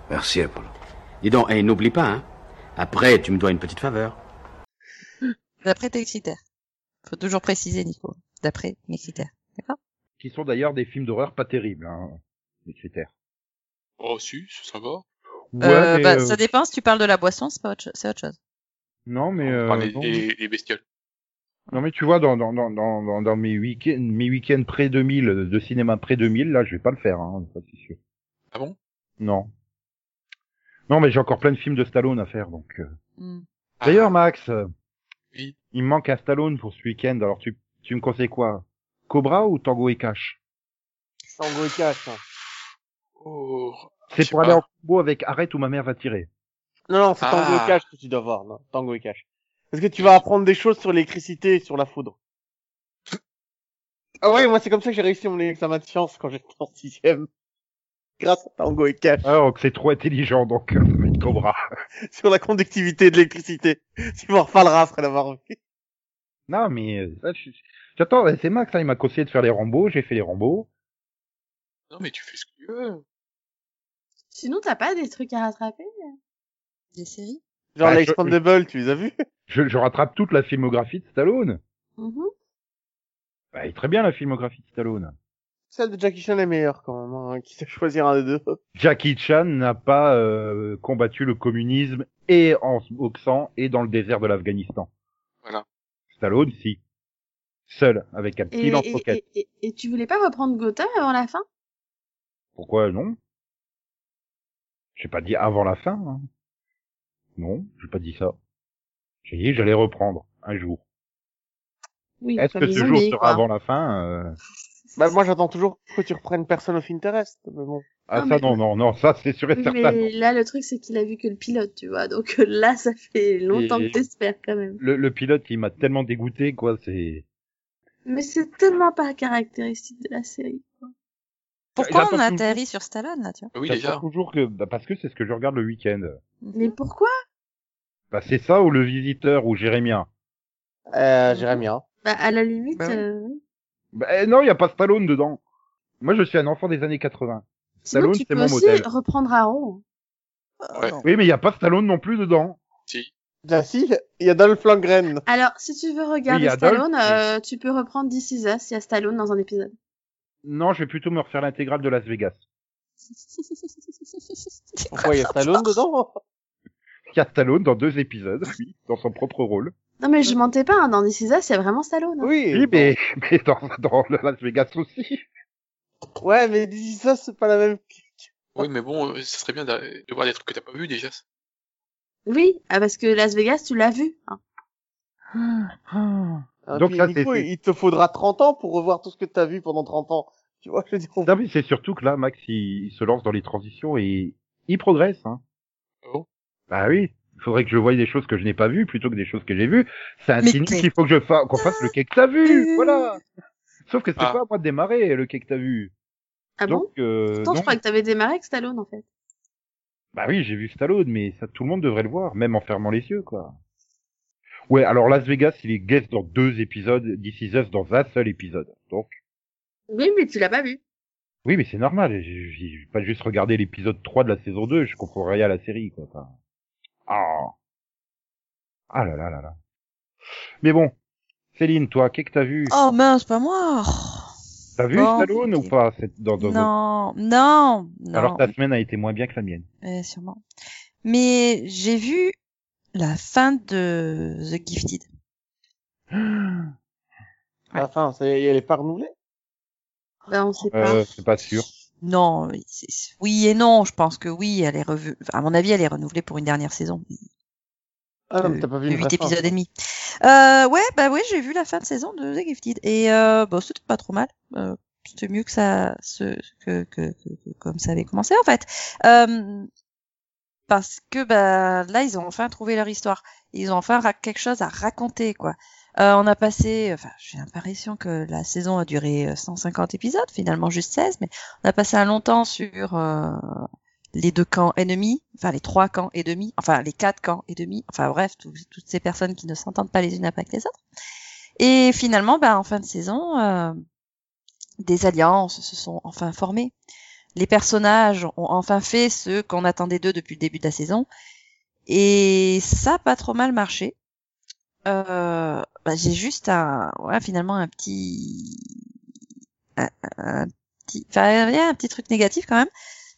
Merci, Apollo. Dis donc, et n'oublie pas, hein. Après, tu me dois une petite faveur. D'après tes critères. Faut toujours préciser, Nico. D'après mes critères. qui sont d'ailleurs des films d'horreur pas terribles, hein, les critères. Oh si, ça va. Ouais, euh, mais, bah, euh, Ça dépend si tu parles de la boisson, c'est pas autre, cho- c'est autre chose. Non mais On euh, parlait bon. des, des bestioles. non mais tu vois dans dans dans dans, dans- dans mes week-ends mes week-ends près 2000 de cinéma près 2000 là je vais pas le faire hein ça c'est sûr Ah bon non non mais j'ai encore plein de films de Stallone à faire donc euh. Mm. Ah, D'ailleurs, Max, euh, Oui. il me manque un Stallone pour ce week-end. Alors, tu, tu me conseilles quoi Cobra ou Tango et Cash Tango et Cash. hein. Oh, je C'est sais pour pas. aller en combo avec Arrête ou ma mère va tirer. Non, non, c'est Tango Ah. et Cash que tu dois voir, non Tango et Cash. Parce que tu vas apprendre des choses sur l'électricité et sur la foudre. Ah ouais, moi c'est comme ça que j'ai réussi mon examen de sciences quand j'étais en sixième. Grâce à Tango et Cash. Alors que Ah, c'est trop intelligent, donc euh, ça va être Cobra. Sur la conductivité de l'électricité. Tu m'en reparleras après l'avoir vu. Non, mais euh, ça, je- j'attends. C'est Max, hein, il m'a conseillé de faire les Rambo. J'ai fait les Rambo. Non, mais tu fais ce que tu veux. Sinon, t'as pas des trucs à rattraper Des séries Genre Bah, les je- Expendables, tu les as vus Je, je rattrape toute la filmographie de Stallone. Mhm. Bah, elle est très bien la filmographie de Stallone. Celle de Jackie Chan est meilleure quand même, hein, quitte à choisir un des deux. Jackie Chan n'a pas euh, combattu le communisme et en se boxant et dans le désert de l'Afghanistan. Voilà. Stallone, si. Seul, avec un Et, petit et, lance-roquette. et, et- et tu voulais pas reprendre Gotham avant la fin Pourquoi non J'ai pas dit avant la fin. hein. Non, j'ai pas dit ça. J'ai dit que j'allais reprendre un jour. Oui, Est-ce comme que les ce jour zombies, sera quoi. avant la fin euh, Bah moi j'attends toujours que tu reprennes Person of Interest, mais bon. Ah Non, ça mais- non non non ça c'est sûr et Oui, certain. mais là, le truc, c'est qu'il a vu que le pilote, tu vois. Donc euh, là, ça fait longtemps Et- que t'espères quand même. Le, le pilote il m'a tellement dégoûté quoi c'est. Mais c'est tellement pas caractéristique de la série. Pourquoi J'attends on toujours- atterrit sur Stallone là, tu vois Bah oui, j'attends déjà. toujours que bah, parce que c'est ce que je regarde le week-end. Mais pourquoi Bah, c'est ça ou le visiteur ou Jérémien Euh, Jérémy, hein. Bah, à la limite, Bah oui. euh, oui. bah, eh, Non, il y a pas Stallone dedans. Moi, je suis un enfant des années 80. Sinon, Stallone, tu c'est peux mon aussi modèle. reprendre Aaron. Ah, Ouais. non. Oui, mais il y a pas Stallone non plus dedans. Si. Là Bah, si, il y a Dolph Lundgren. Alors, si tu veux Oui, il y regarder a Stallone, Dolph, mais- euh, tu peux reprendre This Is Us. Il y a Stallone dans un épisode. Non, je vais plutôt me refaire l'intégrale de Las Vegas. C'est quoi Pourquoi il y a ça Stallone dedans hein? Il y a Stallone dans deux épisodes, oui, dans son propre rôle. Non, mais je mentais pas. hein, dans This Is Us, il y a vraiment Stallone. hein. Oui. Oui, mais, mais dans, dans le Las Vegas aussi. Ouais, mais dis ça, c'est pas la même. Oui, mais bon, euh, ça serait bien d'a- de voir des trucs que t'as pas vu déjà. Oui, ah, parce que Las Vegas, tu l'as vu. hein. Hein, Donc puis, ça, Nico, c'est- il te faudra 30 ans pour revoir tout ce que t'as vu pendant 30 ans. Tu vois, je dis on... Non, mais c'est surtout que là, Max, il, il se lance dans les transitions et il progresse. Hein. Ah bon Bah oui, il faudrait que je voie des choses que je n'ai pas vues plutôt que des choses que j'ai vues. C'est un Mais signe t'es- qu'il faut que je fa- qu'on Ah. fasse le quai que t'as vu, voilà. Sauf que c'est Ah. pas à moi de démarrer le quai que t'as vu. Ah bon Donc, euh, Pourtant, je non. croyais que t'avais démarré avec Stallone, en fait. Bah oui, j'ai vu Stallone, mais ça, tout le monde devrait le voir, même en fermant les yeux, quoi. Ouais, alors Las Vegas, il est guest dans deux épisodes, This Is Us dans un seul épisode. Donc, Oui, mais tu l'as pas vu. oui, mais c'est normal, j'ai j'ai pas juste regardé l'épisode 3 de la saison 2, je comprends rien à la série, quoi. enfin. Ah. Ah là là là là. Mais bon, Céline, toi, qu'est-ce que t'as vu Oh mince, pas moi. T'as vu bon, Stallone ok. ou pas cette- dans, dans Non, non, non. Alors ta semaine a été moins bien que la mienne. Ouais, sûrement. Mais j'ai vu la fin de The Gifted. Enfin, c'est- elle est pas renouvelée. Bah, on sait pas. Ah. Euh, c'est pas sûr. Non, c'est- c'est- oui et non. Je pense que oui, elle est revue. À mon avis, elle est renouvelée pour une dernière saison. Ah non, de- mais t'as pas vu de une vraie huit fin. épisodes et demi. Euh, ouais, bah ouais, j'ai vu la fin de saison de The Gifted et euh, bon, c'était pas trop mal. Euh, c'était mieux que ça, ce, que, que, que- que- comme ça avait commencé en fait. Euh, parce que bah là, ils ont enfin trouvé leur histoire. Ils ont enfin ra- quelque chose à raconter quoi. Euh, on a passé, enfin, j'ai l'impression que la saison a duré euh, 150 épisodes, finalement juste 16, mais on a passé un long temps sur euh, les deux camps ennemis, enfin les trois camps et demi, enfin les quatre camps et demi, enfin bref, tout- toutes ces personnes qui ne s'entendent pas les unes avec les autres. Et finalement, bah, en fin de saison, euh, des alliances se sont enfin formées. Les personnages ont enfin fait ce qu'on attendait d'eux depuis le début de la saison. Et ça a pas trop mal marché. Euh, bah, j'ai juste un, ouais, finalement un petit, un, un petit, enfin, ouais, un petit truc négatif quand même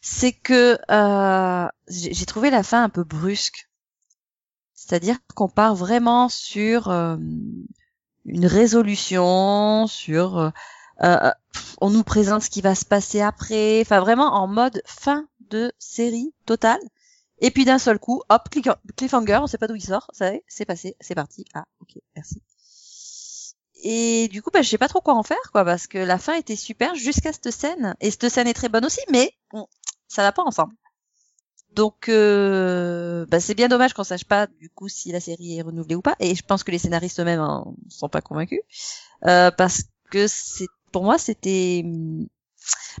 c'est que euh, j'ai j'ai trouvé la fin un peu brusque. C'est-à-dire qu'on part vraiment sur euh, une résolution, sur euh, euh, pff, on nous présente ce qui va se passer après, enfin vraiment en mode fin de série totale. Et puis d'un seul coup, hop, click- cliffhanger, on sait pas d'où il sort, ça y est, c'est passé, c'est parti. Ah, ok, merci. Et du coup, bah, je sais pas trop quoi en faire, quoi, parce que la fin était super jusqu'à cette scène. Et cette scène est très bonne aussi, mais on- ça va pas ensemble. Donc, euh, bah, c'est bien dommage qu'on sache pas du coup si la série est renouvelée ou pas. Et je pense que les scénaristes eux-mêmes en sont pas convaincus, Euh, parce que c'est pour moi c'était hum,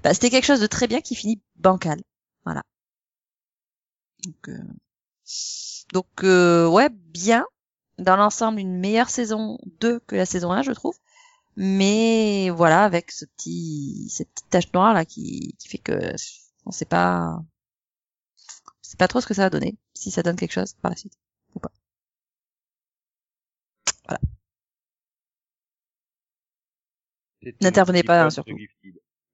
bah, c'était quelque chose de très bien qui finit bancal, voilà. Donc, euh, donc euh, ouais, bien, dans l'ensemble une meilleure saison 2 que la saison 1, je trouve. Mais voilà, avec ce petit, cette petite tache noire là qui, qui fait que on sait pas, c'est pas trop ce que ça va donner, si ça donne quelque chose par la suite ou pas. Voilà. N'intervenez pas, hein, surtout.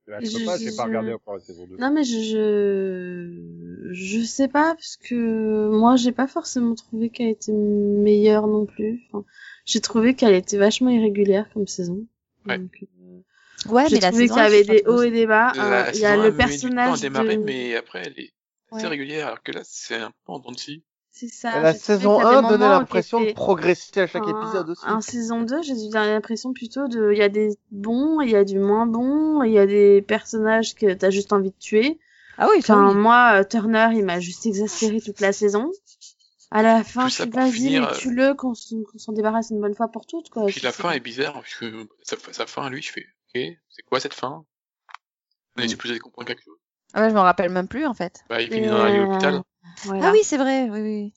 Bah, je peux pas, j'ai Je- pas regardé encore la saison 2. Non mais je, je je sais pas parce que moi j'ai pas forcément trouvé qu'elle était meilleure non plus. Enfin, j'ai trouvé qu'elle était vachement irrégulière comme saison. Ouais. Donc, euh, Ouais, j'ai trouvé qu'il y avait des hauts et des bas. La Euh, Il y saison a un met le du personnage temps à démarrer, de- mais après, elle est assez Ouais. régulière, alors que là, c'est un peu en dents de scie. C'est ça. Et la j'ai trouvé saison Ah, qu'il y a des 1 donnait moments où l'impression qu'elle de était- progresser à chaque en- épisode aussi. En saison 2, j'ai eu l'impression plutôt de. Il y a des bons, il y a du moins bon, il y a des personnages que t'as juste envie de tuer. Ah oui, Enfin, enfin, moi, euh, Turner, il m'a juste exaspéré toute la saison. À la fin, Tout je ça suis pour vas-y, finir, mais euh, tue-le, qu'on s'en qu'on s'en débarrasse une bonne fois pour toutes, quoi. Puis la C'est- fin est bizarre, parce que sa, sa fin, lui, je fais, ok, c'est quoi cette fin On Mm. est supposé comprendre quelque chose. ah ouais, je m'en rappelle même plus en fait. Bah, il c'est- euh, finit dans un lit à l'hôpital. Voilà. Ah oui, c'est vrai, oui, oui.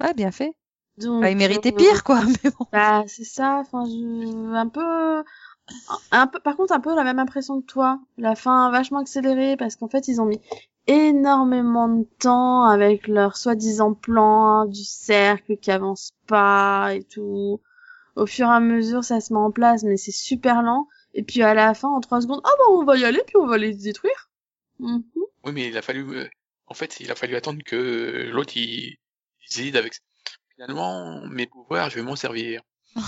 Ouais, bien fait. Donc, Bah, il méritait euh, pire, quoi. Mais bon. Bah, c'est ça, enfin, je... un peu... Un peu, par contre, un peu la même impression que toi. La fin vachement accélérée parce qu'en fait, ils ont mis énormément de temps avec leur soi-disant plan du cercle qui avance pas et tout. Au fur et à mesure, ça se met en place, mais c'est super lent. Et puis à la fin, en trois secondes, ah bah on va y aller puis on va les détruire. Mhm. Oui, mais il a fallu, euh, en fait, il a fallu attendre que euh, l'autre, il, il décide avec, finalement, mes pouvoirs, je vais m'en servir.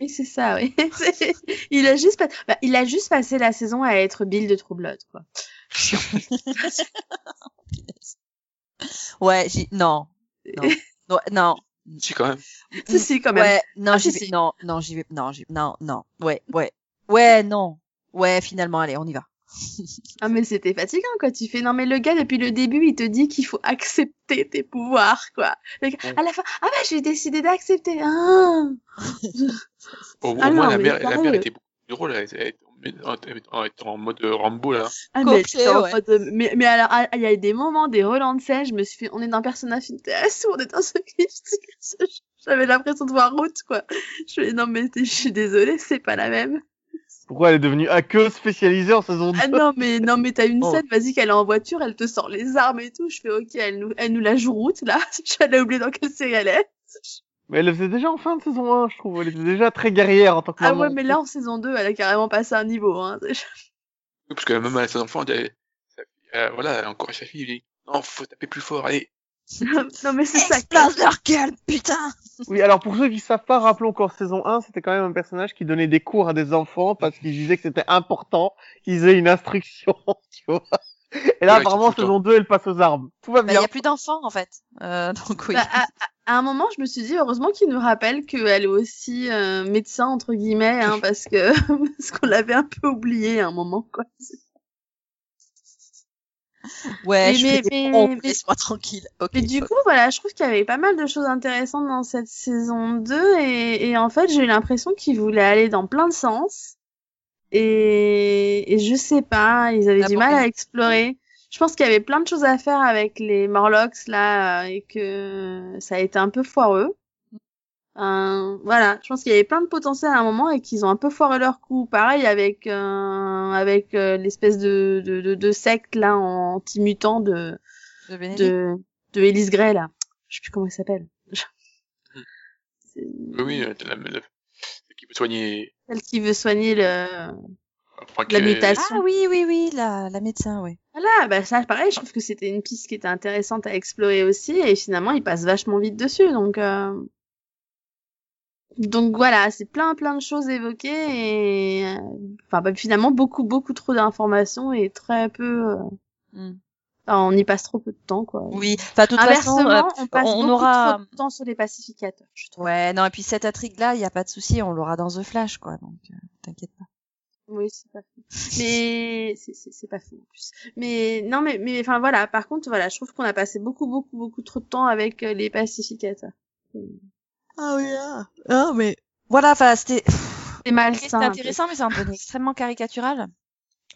Oui, c'est ça, oui. C'est- il a juste pas... bah, il a juste passé la saison à être Bill de Troublot, quoi. Ouais, j'ai... non. Non. Non, non. Si, quand même. Si, si, quand même. Ouais, non, Ah, j'y si, vais. si. Non, non, j'y vais. Non, j'y... non, non. Ouais, ouais. Ouais, non. Ouais, finalement, allez, on y va. Ah mais c'était fatigant quoi, tu fais non mais le gars depuis le début il te dit qu'il faut accepter tes pouvoirs quoi. Le gars, à la fin ah bah j'ai décidé d'accepter. Ah Au, au moins, Ah non, la mais mère, la pareil. mère était beaucoup plus drôle, elle était, elle était en- elle était en- elle était en mode Rambo, là. Ah, mais, Corsé, j'étais en ouais. mode- mais mais alors ah, il y a eu des moments des relents de sel, je me suis fait on est dans Persona Fitness ou on est dans ce clip j'avais l'impression de voir route quoi. Je fais non mais t'es- je suis désolée c'est pas la même. Pourquoi elle est devenue hackeuse spécialisée en saison 2 Ah non mais non mais t'as une Oh. scène vas-y qu'elle est en voiture elle te sort les armes et tout je fais ok elle nous elle nous la joue route là j'allais oublier dans quelle série elle est. Mais elle le faisait déjà en fin de saison 1, je trouve. Elle était déjà très guerrière en tant que Ah maman. ouais, mais là en saison 2, elle a carrément passé un niveau. Hein. Oui, Parce que même à ses enfants, elle, euh, voilà, elle a encore sa fille, il dit, non, faut taper plus fort, allez. non mais c'est ça. Explose leur gueule, putain Oui, alors pour ceux qui savent pas, rappelons qu'en saison 1, c'était quand même un personnage qui donnait des cours à des enfants parce qu'il disait que c'était important qu'ils aient une instruction, tu vois. Et là, Ouais, apparemment, tout le saison 2, elle passe aux armes. Tout va Bah, il bien. n'y a plus d'enfants, en fait. Euh, donc oui. Bah, à, à- à un moment, je me suis dit heureusement qu'il nous rappelle qu'elle est aussi euh, médecin entre guillemets, hein, parce que parce qu'on l'avait un peu oublié à un moment quoi. ouais, mais- je fais des mais- pompes, mais- laisse-moi tranquille. Ok. Mais du coup, voilà, je trouve qu'il y avait pas mal de choses intéressantes dans cette saison 2 et, et en fait, j'ai eu l'impression qu'ils voulaient aller dans plein de sens. Et, et je sais pas, ils avaient du N'importe mal à où. explorer. Je pense qu'il y avait plein de choses à faire avec les Morlocks là euh, et que ça a été un peu foireux. Euh, voilà, je pense qu'il y avait plein de potentiel à un moment et qu'ils ont un peu foiré leur coup. Pareil avec euh, avec euh, l'espèce de, de, de, de secte là en anti-mutant de de Benedict. de, de Elise Gray, là. Je sais plus comment elle s'appelle. C'est Oui, oui, euh, la, la, celle qui veut soigner, euh, Celle qui veut soigner le... enfin, La que- mutation. Ah oui, oui, oui, la, la médecin, ouais. Voilà, bah ça, pareil, je trouve que c'était une piste qui était intéressante à explorer aussi, et finalement, il passe vachement vite dessus, donc... euh, Donc voilà, c'est plein plein de choses évoquées, et... euh, Enfin, bah, finalement, beaucoup beaucoup trop d'informations, et très peu... euh, Hmm. enfin, on y passe trop peu de temps, quoi. Oui, enfin, de toute façon, Inversement, euh, on passe on beaucoup aura- trop de temps sur les pacificateurs, je trouve. Ouais, non, et puis cette intrigue-là, il n'y a pas de souci, on l'aura dans The Flash, quoi, donc euh, t'inquiète pas. Oui, c'est pas fou. Mais c'est- c'est c'est pas fou en plus. Mais non, mais mais enfin voilà. Par contre, voilà, je trouve qu'on a passé beaucoup beaucoup beaucoup trop de temps avec euh, les pacificateurs. Ah oui, ah, mais... Voilà, enfin, c'était... C'est malsain. C'est intéressant, mais c'est un peu extrêmement caricatural.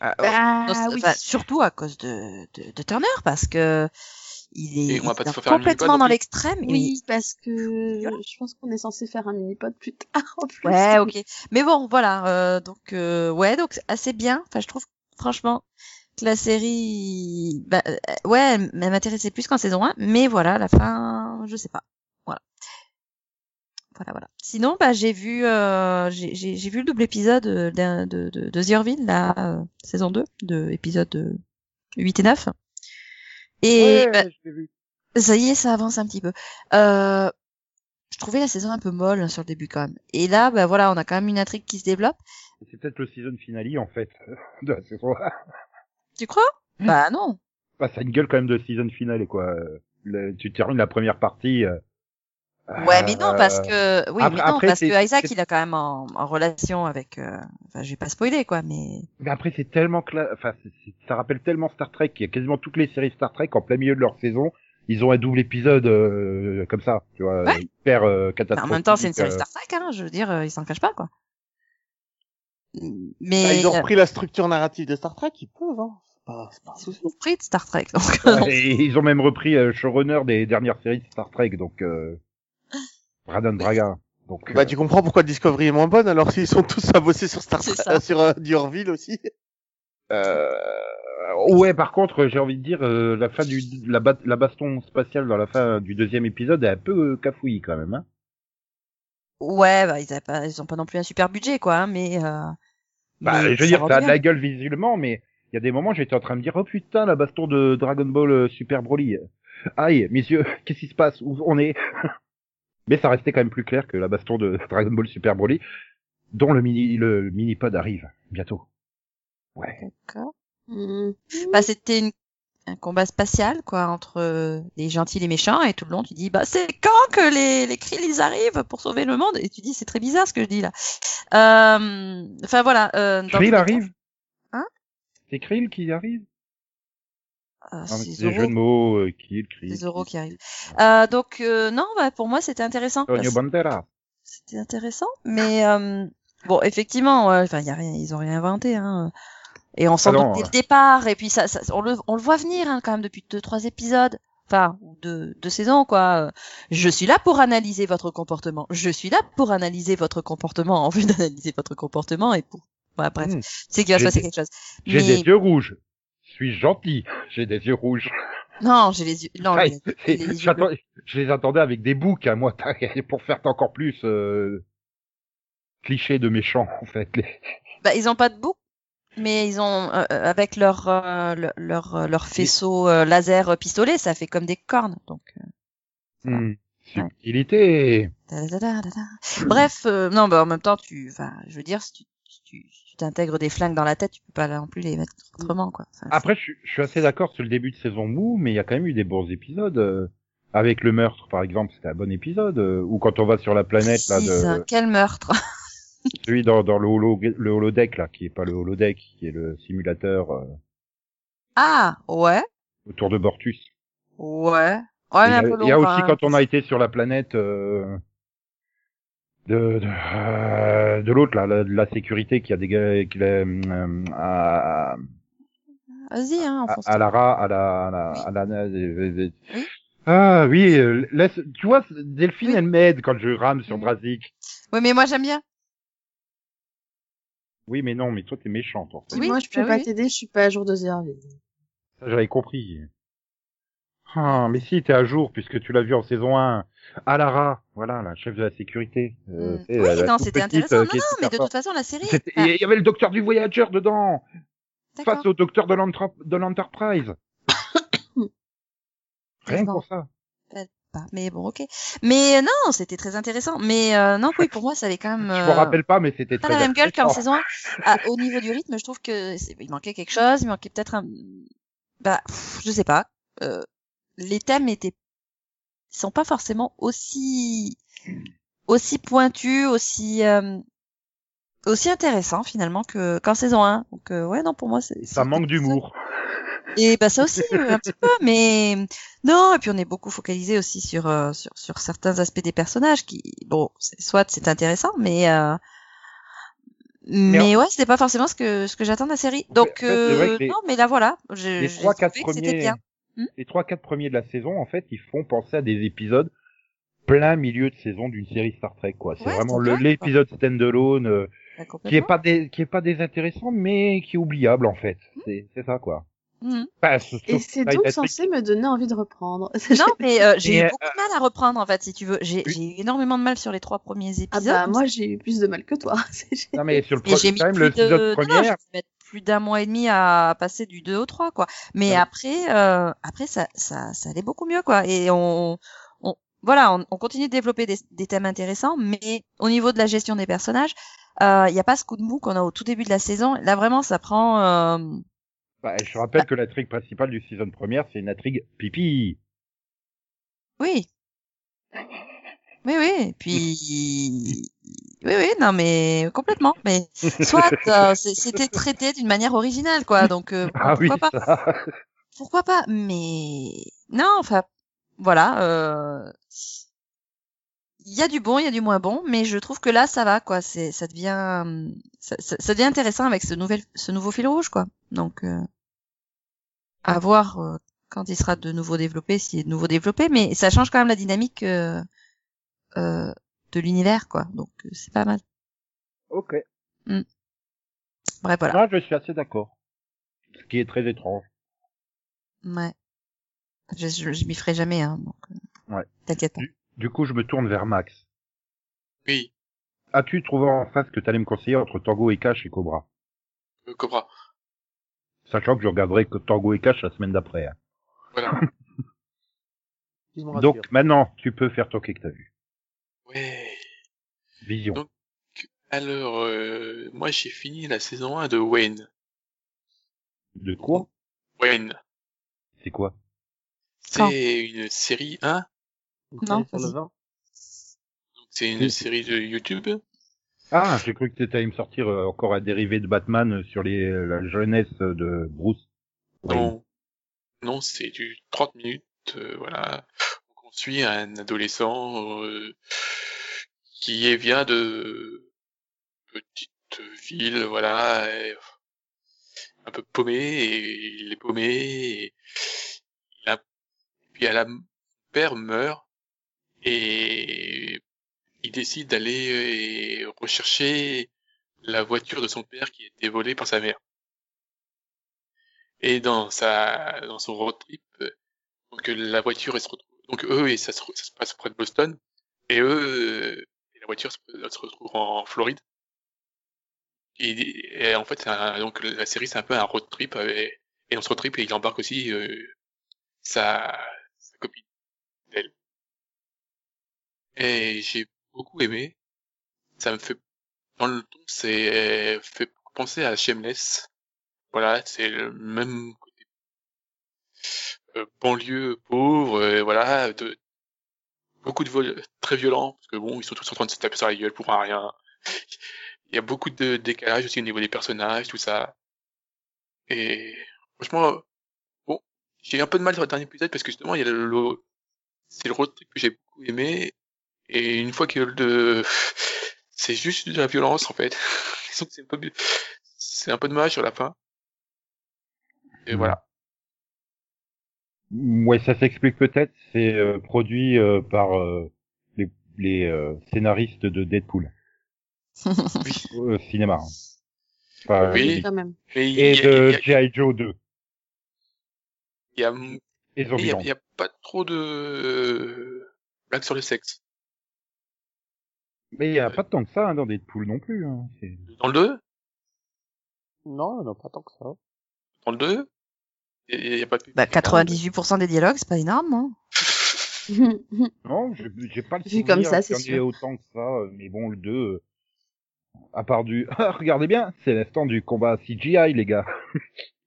Bah, Ah Non, c'est- oui. enfin, surtout à cause de, de, de Turner, parce que il est, Et on va pas il est te faire un mini-pod complètement dans non plus. l'extrême. mais- Oui, parce que je pense qu'on est censé faire un mini-pod plus tard en plus. Ouais, ok. Mais bon, voilà. euh, donc, euh, ouais, donc c'est assez bien. Enfin, je trouve franchement que la série, bah, euh, ouais, elle m- elle m'intéressait plus qu'en saison 1, mais voilà, la fin, je sais pas. Voilà. Voilà, voilà. Sinon, bah, j'ai vu, euh, j'ai j'ai- j'ai vu le double épisode euh, d'un- de, de, de The Orville, la euh, saison 2, de épisode euh, 8 et 9. Et Ouais, bah, je l'ai vu. ça y est, ça avance un petit peu. Euh, je trouvais la saison un peu molle hein, sur le début quand même. Et là, bah voilà, on a quand même une intrigue qui se développe. C'est peut-être le season finale, en fait, de la saison 1. Tu crois Bah non. Bah, ça a une gueule quand même de season finale, quoi. Euh, le- tu termines la première partie. euh, Ouais, mais non, parce euh, que oui, après- mais non, après, parce que c'est- Isaac, c'est- il a quand même en, en relation avec. euh, Enfin, je vais pas spoiler quoi, mais Mais après, c'est tellement cla... enfin, c'est- c'est- ça rappelle tellement Star Trek qu'il y a quasiment toutes les séries Star Trek en plein milieu de leur saison, ils ont un double épisode euh, comme ça, tu vois, Ouais. hyper euh, Enfin, en catastrophique. même temps, c'est une série euh. Star Trek, hein. Je veux dire, euh, ils s'en cachent pas quoi. Bah, Ah, Mais ils ont euh, repris la structure narrative de Star Trek, ils peuvent, hein. C'est pas, c'est pas un souci. ils ont repris de Star Trek, donc. non. Ouais, et ils ont même repris euh, showrunner des dernières séries de Star Trek, donc euh, Brandon Braga. Donc, Bah, euh, tu comprends pourquoi Discovery est moins bonne, alors s'ils sont tous à bosser sur Star C'est Trek, ça. sur euh, du Orville aussi. euh, ouais, par contre, j'ai envie de dire euh, la fin du la, ba- la baston spatiale dans la fin du deuxième épisode est un peu euh, cafouillie quand même. Hein. Ouais, bah ils, avaient pas, ils ont pas non plus un super budget quoi, hein, mais. euh, Bah, mais je veux dire, rend ça a de bien. la gueule visuellement, mais il y a des moments, j'étais en train de me dire, oh putain, la baston de Dragon Ball euh, Super Broly. Aïe, messieurs, qu'est-ce qui se passe Où on est Mais ça restait quand même plus clair que la baston de Dragon Ball Super Broly, dont le mini le mini pod arrive bientôt. Ouais. D'accord. Hmm. Bah, c'était une- un combat spatial, quoi, entre euh, les gentils et les méchants, et tout le long, tu dis, bah, c'est quand que les, les Krill, ils arrivent pour sauver le monde? Et tu dis, c'est très bizarre ce que je dis là. Euh, Enfin, voilà. Euh, dans tous Krill les cas, arrive Hein C'est Krill qui arrive euh, Non, mais c'est C'est des jeux Zoro, de mots, euh, Krill, Krill. c'est Zoro Krill. qui arrive. Ah. Euh, donc, euh, non, bah, pour moi, c'était intéressant. Antonio parce- Banderas. C'était intéressant, mais euh, bon, effectivement, ouais, enfin, y a rien, ils ont rien inventé, hein. Et on s'en Ah doute non, dès ouais. le départ, et puis ça, ça- on, le, on le voit venir hein, quand même depuis deux, trois épisodes, enfin ou deux, deux saisons quoi. Euh, Je suis là pour analyser votre comportement. Je suis là pour analyser votre comportement en vue d'analyser votre comportement et pour. Ouais, bref, Hmm. c'est qu'il va se J'ai passer des- quelque chose. J'ai Mais- des yeux rouges. Suis gentil. J'ai des yeux rouges. Non, j'ai les yeux. Non, Ouais, j'ai- c'est- les yeux Ah, j'attends- je les attendais avec des boucs, hein, moi, pour faire encore plus euh, cliché de méchant, en fait. Les- Bah, ils ont pas de bouc, mais ils ont euh, euh, avec leur euh, le- leur euh, leur faisceau euh, laser euh, pistolet, ça fait comme des cornes. Donc euh, Voilà. Hmm, Subtilité. euh, tadadadadada. Mmh. bref, euh, non, bah en même temps, tu, enfin, je veux dire, si tu si tu si tu t'intègres des flingues dans la tête, tu peux pas non plus les mettre autrement quoi. Enfin, c'est- Après, je, suis- je suis assez d'accord sur le début de saison mou, mais il y a quand même eu des bons épisodes. euh, avec le meurtre, par exemple, c'était un bon épisode. euh, ou quand on va sur la planète, là, Précise, hein, de, quel meurtre celui dans, dans le, holo, le holodeck, là, qui est pas le holodeck, qui est le simulateur euh, Ah ouais, autour de Bortus. ouais, ouais, il y mais a, un peu il y a long, aussi hein. quand on a été sur la planète euh, de de, euh, de l'autre là, la, de la sécurité qui a dégagé qui l'a, euh, à, Vas-y, hein, à, enfonce à Lara, à la, à la, à la, oui. Oui. Ah oui, euh, laisse, tu vois, Delphine Oui. elle m'aide quand je rame sur Oui. Drazik. Ouais, mais moi j'aime bien. Oui, mais non, mais toi t'es méchante. En fait. Oui, Moi, je peux bah pas oui. t'aider, je suis pas à jour de Zerville. Ça j'avais compris. Ah, mais si t'es à jour puisque tu l'as vu en saison 1. À Lara, voilà, la chef de la sécurité. euh, Mm. tu sais, oui, la- la non, toute c'était petite, intéressant. euh, Non, qui est non, mais super de forte. toute façon, la série. C'était- enfin, Il y avait le docteur du voyageur dedans, Ah. d'accord. face au docteur de l'entra- de l'Enterprise. Rien que Bon. pour ça. pas. Mais bon, ok. Mais euh, non, c'était très intéressant. Mais euh, non, oui, pour moi, ça avait quand même. Je euh, me rappelle pas, mais c'était Pas très la même gueule qu'en intéressant. saison 1. Ah, au niveau du rythme, je trouve que c'est- il manquait quelque chose. Il manquait peut-être un. Bah, pff, je sais pas. Euh, les thèmes étaient, ils sont pas forcément aussi aussi pointus, aussi euh, aussi intéressants finalement que qu'en saison 1. Donc euh, ouais, non, pour moi, c'est Ça c'était manque plus ça. d'humour. Et bah ça aussi euh, un petit peu, mais non. Et puis on est beaucoup focalisé aussi sur euh, sur, sur certains aspects des personnages qui, bon, c'est- soit c'est intéressant, mais euh, mais ouais, c'était pas forcément ce que ce que j'attends de la série. En Donc fait, c'est vrai euh, que les- non, mais là voilà, je, Les Euh, je trois, quatre trouvais que c'était premiers, bien. Hmm. les trois quatre premiers de la saison en fait ils font penser à des épisodes plein milieu de saison d'une série Star Trek quoi. C'est Ouais, vraiment c'est le- dingue, quoi. l'épisode standalone euh, Bah, qui est complètement. pas dé- qui est pas désintéressant mais qui est oubliable en fait. Hmm? C'est c'est ça quoi. Mhm. Bah, ce- Et ce- c'est Night donc Attack- censé me donner envie de reprendre. Non, mais euh, j'ai Et, eu euh, beaucoup de mal à reprendre en fait, si tu veux. J'ai oui. j'ai eu énormément de mal sur les trois premiers épisodes. Ah bah moi j'ai eu plus de mal que toi. C'est- Non mais sur le Et j'ai premier mis quand même plus le de- épisode non, non, j'ai premier. dû mettre plus d'un mois et demi à passer du 2 au 3 quoi. Mais Ouais. après euh, après ça ça ça allait beaucoup mieux quoi et on on voilà, on, on continue de développer des, des thèmes intéressants mais au niveau de la gestion des personnages, euh, il y a pas ce coup de mou qu'on a au tout début de la saison. Là vraiment ça prend euh, Bah, je rappelle que l'intrigue principale du saison première c'est une intrigue pipi. oui. Oui oui, puis oui oui, non mais complètement mais soit euh, c'est- c'était traité d'une manière originale quoi. Donc euh, Ah oui pourquoi pas ça. pourquoi pas mais non enfin voilà euh, il y a du bon il y a du moins bon mais je trouve que là ça va quoi c'est ça devient hum, ça, ça- ça devient intéressant avec ce nouvel ce nouveau fil rouge quoi donc euh, à voir euh, quand il sera de nouveau développé s'il est de nouveau développé mais ça change quand même la dynamique euh, euh, de l'univers quoi donc euh, c'est pas mal Mm. Ok. bref voilà Moi je suis assez d'accord. Ce qui est très étrange. ouais je, je, je m'y ferai jamais hein donc euh, Ouais. t'inquiète pas Du coup je me tourne vers Max. Oui, As-tu trouvé en face que t'allais me conseiller entre Tango et Cash et Cobra euh, Cobra. Sachant que je regarderai que Tango et Cash la semaine d'après. hein. Voilà. Ils m'ont rassuré. Donc maintenant, tu peux faire ton quai que t'as vu. Ouais. Vision. Donc- Alors, euh, moi j'ai fini la saison 1 de Wayne. De quoi Wayne, C'est quoi Quand c'est une série hein 1, Ils Non, sont vas-y. devant. c'est une série de YouTube. Ah, j'ai cru que t'étais allé me sortir euh, encore un dérivé de Batman euh, sur les, la jeunesse euh, de Bruce. Wayne. Non, non c'est du 30 minutes, euh, voilà. Donc, on suit un adolescent euh, qui est- vient de petite ville, voilà, et un peu paumé, et il est paumé, et il a- puis à la père meurt, et il décide d'aller euh, rechercher la voiture de son père qui a été volée par sa mère. Et dans sa, dans son road trip, euh, donc euh, la voiture, elle se retrouve, donc eux, et ça se, ça se passe près de Boston, et eux, euh, et la voiture se, elle se retrouve en Floride. Et, et en fait, c'est un- donc la série, c'est un peu un road trip, avec- et dans ce road trip, il embarque aussi euh, sa, sa copine d'elle. Et j'ai beaucoup aimé. Ça me fait, dans le ton, c'est fait penser à Shameless. Voilà, c'est le même côté euh, banlieue pauvre, euh, voilà, de beaucoup de vols très violents parce que bon, ils sont tous en train de se taper sur la gueule pour un rien. Il y a beaucoup de décalage aussi au niveau des personnages, tout ça. Et franchement, bon, j'ai eu un peu de mal sur le dernier épisode parce que justement, il y a le, le- c'est le road trip que j'ai beaucoup aimé et une fois que le c'est juste de la violence en fait. Disons que c'est un peu c'est un peu dommage sur la fin. Et Mhm. voilà. Mmh, Ouais, ça s'explique peut-être. C'est euh, produit euh, par euh, les, les, euh, scénaristes de Deadpool Bah, au cinéma. hein. Enfin, Oui. Quand même. Mais il Et y a- il y de a- G.I. Joe 2 il y a, et il y a- Zombieland. il y a pas trop de blagues sur le sexe. Mais il y a pas tant que ça hein, dans Deadpool non plus. hein. C'est- Dans le 2, Non, non, pas tant que ça. dans le 2, il y a- il y a pas de bah 98% des dialogues c'est pas énorme hein. Non, je- j'ai pas le Vu souvenir comme ça, c'est qu'il y en ait autant que ça, euh, mais bon, le 2, euh, à part du... Ah, regardez bien, c'est l'instant du combat CGI, les gars.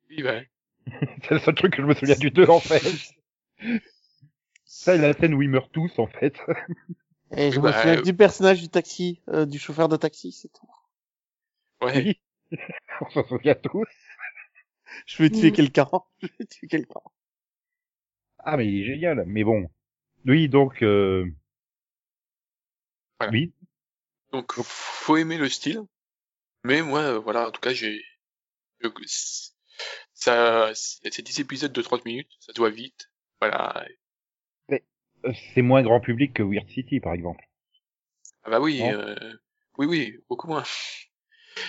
Oui, ouais. c'est le seul truc que je me souviens du 2, en fait. Ça, la scène où ils meurent tous, en fait. Et je Bah, me souviens euh, du personnage du taxi, euh, du chauffeur de taxi, c'est tout. Ouais. On s'en souvient tous. Je vais tuer Mm. quelqu'un. Je vais tuer quelqu'un. Ah, mais il est génial, mais bon. Oui, donc... euh, Voilà. Oui, Donc, faut aimer le style. Mais moi, euh, voilà, en tout cas, j'ai, je- Ça, c'est c'est 10 épisodes de 30 minutes, ça doit vite. Voilà. Euh, C'est moins grand public que Weird City, par exemple. Ah bah oui, Ouais. euh, oui, oui, beaucoup moins.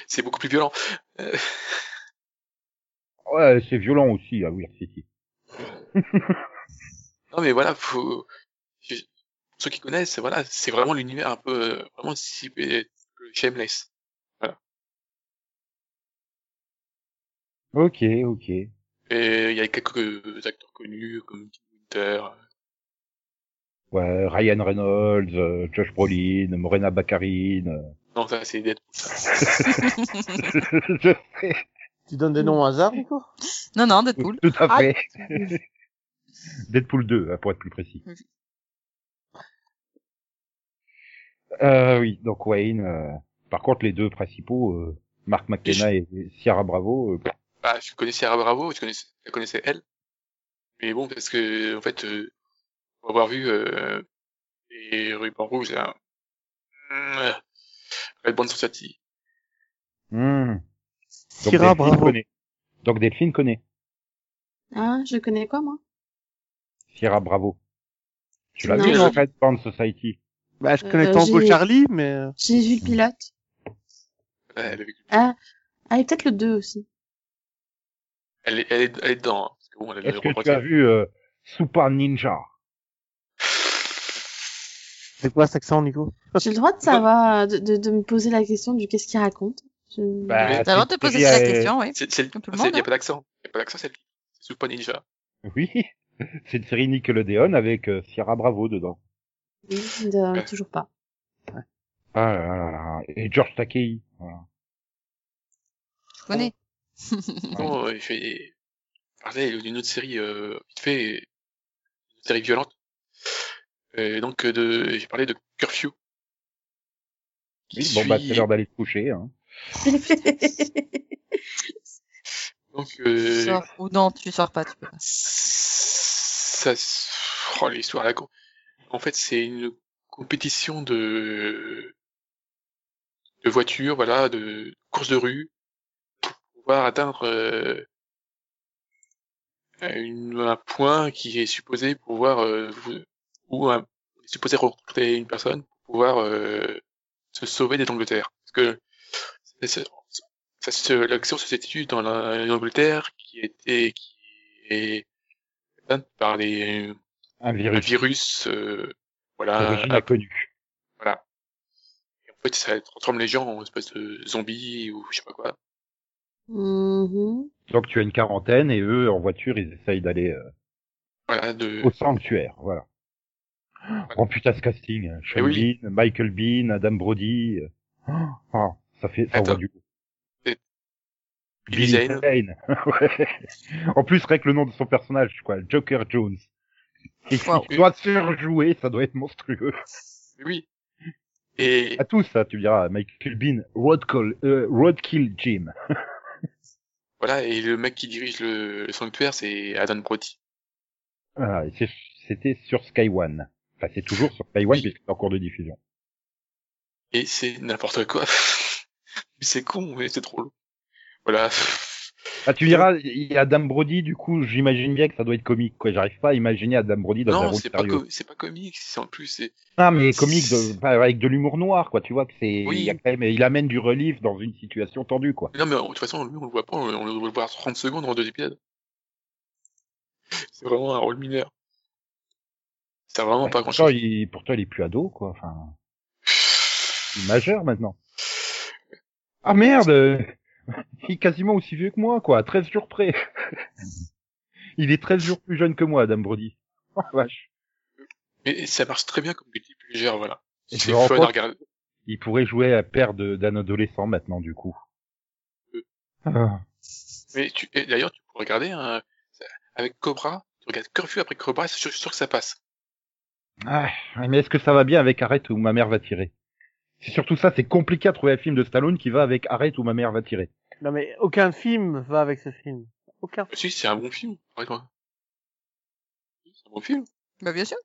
C'est beaucoup plus violent. Euh, Ouais, c'est violent aussi à Weird City. non mais voilà, faut... je- ceux qui connaissent, voilà, c'est vraiment l'univers un peu, euh, vraiment ciblé, le shameless. Ok, ok. Et il y a quelques acteurs connus comme Tim Winter. Ouais, Ryan Reynolds, euh, Josh Brolin, Morena Baccarin. euh. Non, ça c'est Deadpool. Je sais, Tu donnes des noms au hasard, du coup non, non, Deadpool. tout Ah, à fait. Deadpool 2, hein, pour être plus précis. Euh, oui, donc Wayne. euh, Par contre, les deux principaux, euh, Mark McKenna et Sierra Bravo, euh, Bah, je connaissais Sarah Bravo, je connaissais, je la connaissais elle. Mais bon, parce que, en fait, euh, pour avoir vu euh, les rubans rouges, là, euh, Red Band Society, hmm. donc, Sierra Delphine Bravo. connaît. donc Delphine connaît Hein, je connais quoi, moi Sierra Bravo. Tu l'as Non. vu dans Non. Red Band Society Bah, je Euh, connais euh, Tango j'ai- Charlie, mais... euh, J'ai vu le pilote. euh, elle, est- Ah, ah et peut-être le 2 aussi. elle, est, elle, est, elle est dedans. hein, parce que bon, elle a Est-ce le que rôle tu as principal. vu euh, Super Ninja C'est quoi cet accent, Nico J'ai le droit bah de savoir, euh, de, de, de me poser la question du qu'est-ce qu'il raconte. Je... Bah, T'as le droit de te c'est poser lié la à- question, oui. C'est, c'est, le- Comme tout le c'est- monde, y a hein. pas d'accent. Y a pas d'accent, c'est lui. C'est Super Ninja. Oui, c'est une série Nickelodeon avec euh, Sierra Bravo dedans. Oui, de- Toujours pas. Ah là là là. Et George Takei. Ah. Voilà. Je connais. Bon, euh, je vais parler d'une autre série, euh, vite fait, une série violente. Et donc, euh, de, j'ai parlé de Curfew. Oui, Qui bon bah suit- c'est l'heure d'aller se coucher. Hein. Donc, Tu euh, sors ou non, tu sors pas, tu peux pas. ça s- oh, l'histoire à la con. En fait, c'est une compétition de de voitures, voilà, de courses de rue pour pouvoir atteindre euh, une- un point qui est supposé pouvoir euh, vous- ou un, supposé recruter une personne pour pouvoir euh, se sauver des Angleterre. Parce que c'est- c'est- ça se- l'action se situe dans la- l'Angleterre qui était qui est atteinte par les Un un virus virus, euh, voilà. d'origine inconnue. Et En fait, ça transforme les gens en espèce de zombies ou je sais pas quoi. Mhm. Donc tu as une quarantaine et eux en voiture ils essayent d'aller euh, Voilà, de au sanctuaire. Voilà. Oh putain ce casting. hein. Sean Eh oui. Bean, Michael Bean, Adam Brody. euh. Ah, ça fait ça Attends. envoie du coup. Et- Billy Zane. Ouais. En plus rien que le nom de son personnage quoi, Joker Jones. Et Wow. il doit surjouer, ça doit être monstrueux. oui. Et À tous, ça, tu me diras, Michael Bean, Roadkill, euh, Roadkill Jim. voilà, et le mec qui dirige le, le sanctuaire, c'est Adam Brody. Voilà, Ah, et c'est- c'était sur Sky One. Enfin, c'est toujours sur Sky One, Oui. puisque c'est en cours de diffusion. Et c'est n'importe quoi. Mais c'est con, mais c'est drôle. Voilà. Ah, tu me diras, il y a Adam Brody, du coup, j'imagine bien que ça doit être comique, quoi. J'arrive pas à imaginer Adam Brody dans un Non, rôle c'est pas, sérieux. com- c'est pas comique, c'est en plus, c'est, Non, mais comique de, enfin, avec de l'humour noir, quoi. Tu vois que c'est, Oui. il y a quand même, il amène du relief dans une situation tendue, quoi. non, mais de toute façon, lui, on le voit pas, on, on le voit 30 secondes en deux épisodes. C'est vraiment un rôle mineur. Ça a vraiment pas grand pourtant, chose. il, pourtant, il est plus ado, quoi. Enfin, il est majeur maintenant. Ah merde euh, Il est quasiment aussi vieux que moi, quoi, à 13 jours près. il est 13 jours plus jeune que moi, Adam Brody. Oh, la vache. Mais ça marche très bien comme multiple légère, voilà. Et C'est tu me rends fun compte à regarder. Il pourrait jouer à père de- d'un adolescent maintenant, du coup. Ah. Mais tu, et d'ailleurs, tu peux regarder hein, ça- avec Cobra, tu regardes Curfew après Cobra, c'est sûr, sûr que ça passe. Ah, mais est-ce que ça va bien avec Arrête ou ma mère va tirer C'est surtout ça, c'est compliqué à trouver un film de Stallone qui va avec Arrête ou ma mère va tirer. Non, mais aucun film va avec ce film. Aucun. Bah, Si, c'est un bon film, arrête-moi. C'est un bon film. Bah, bien sûr.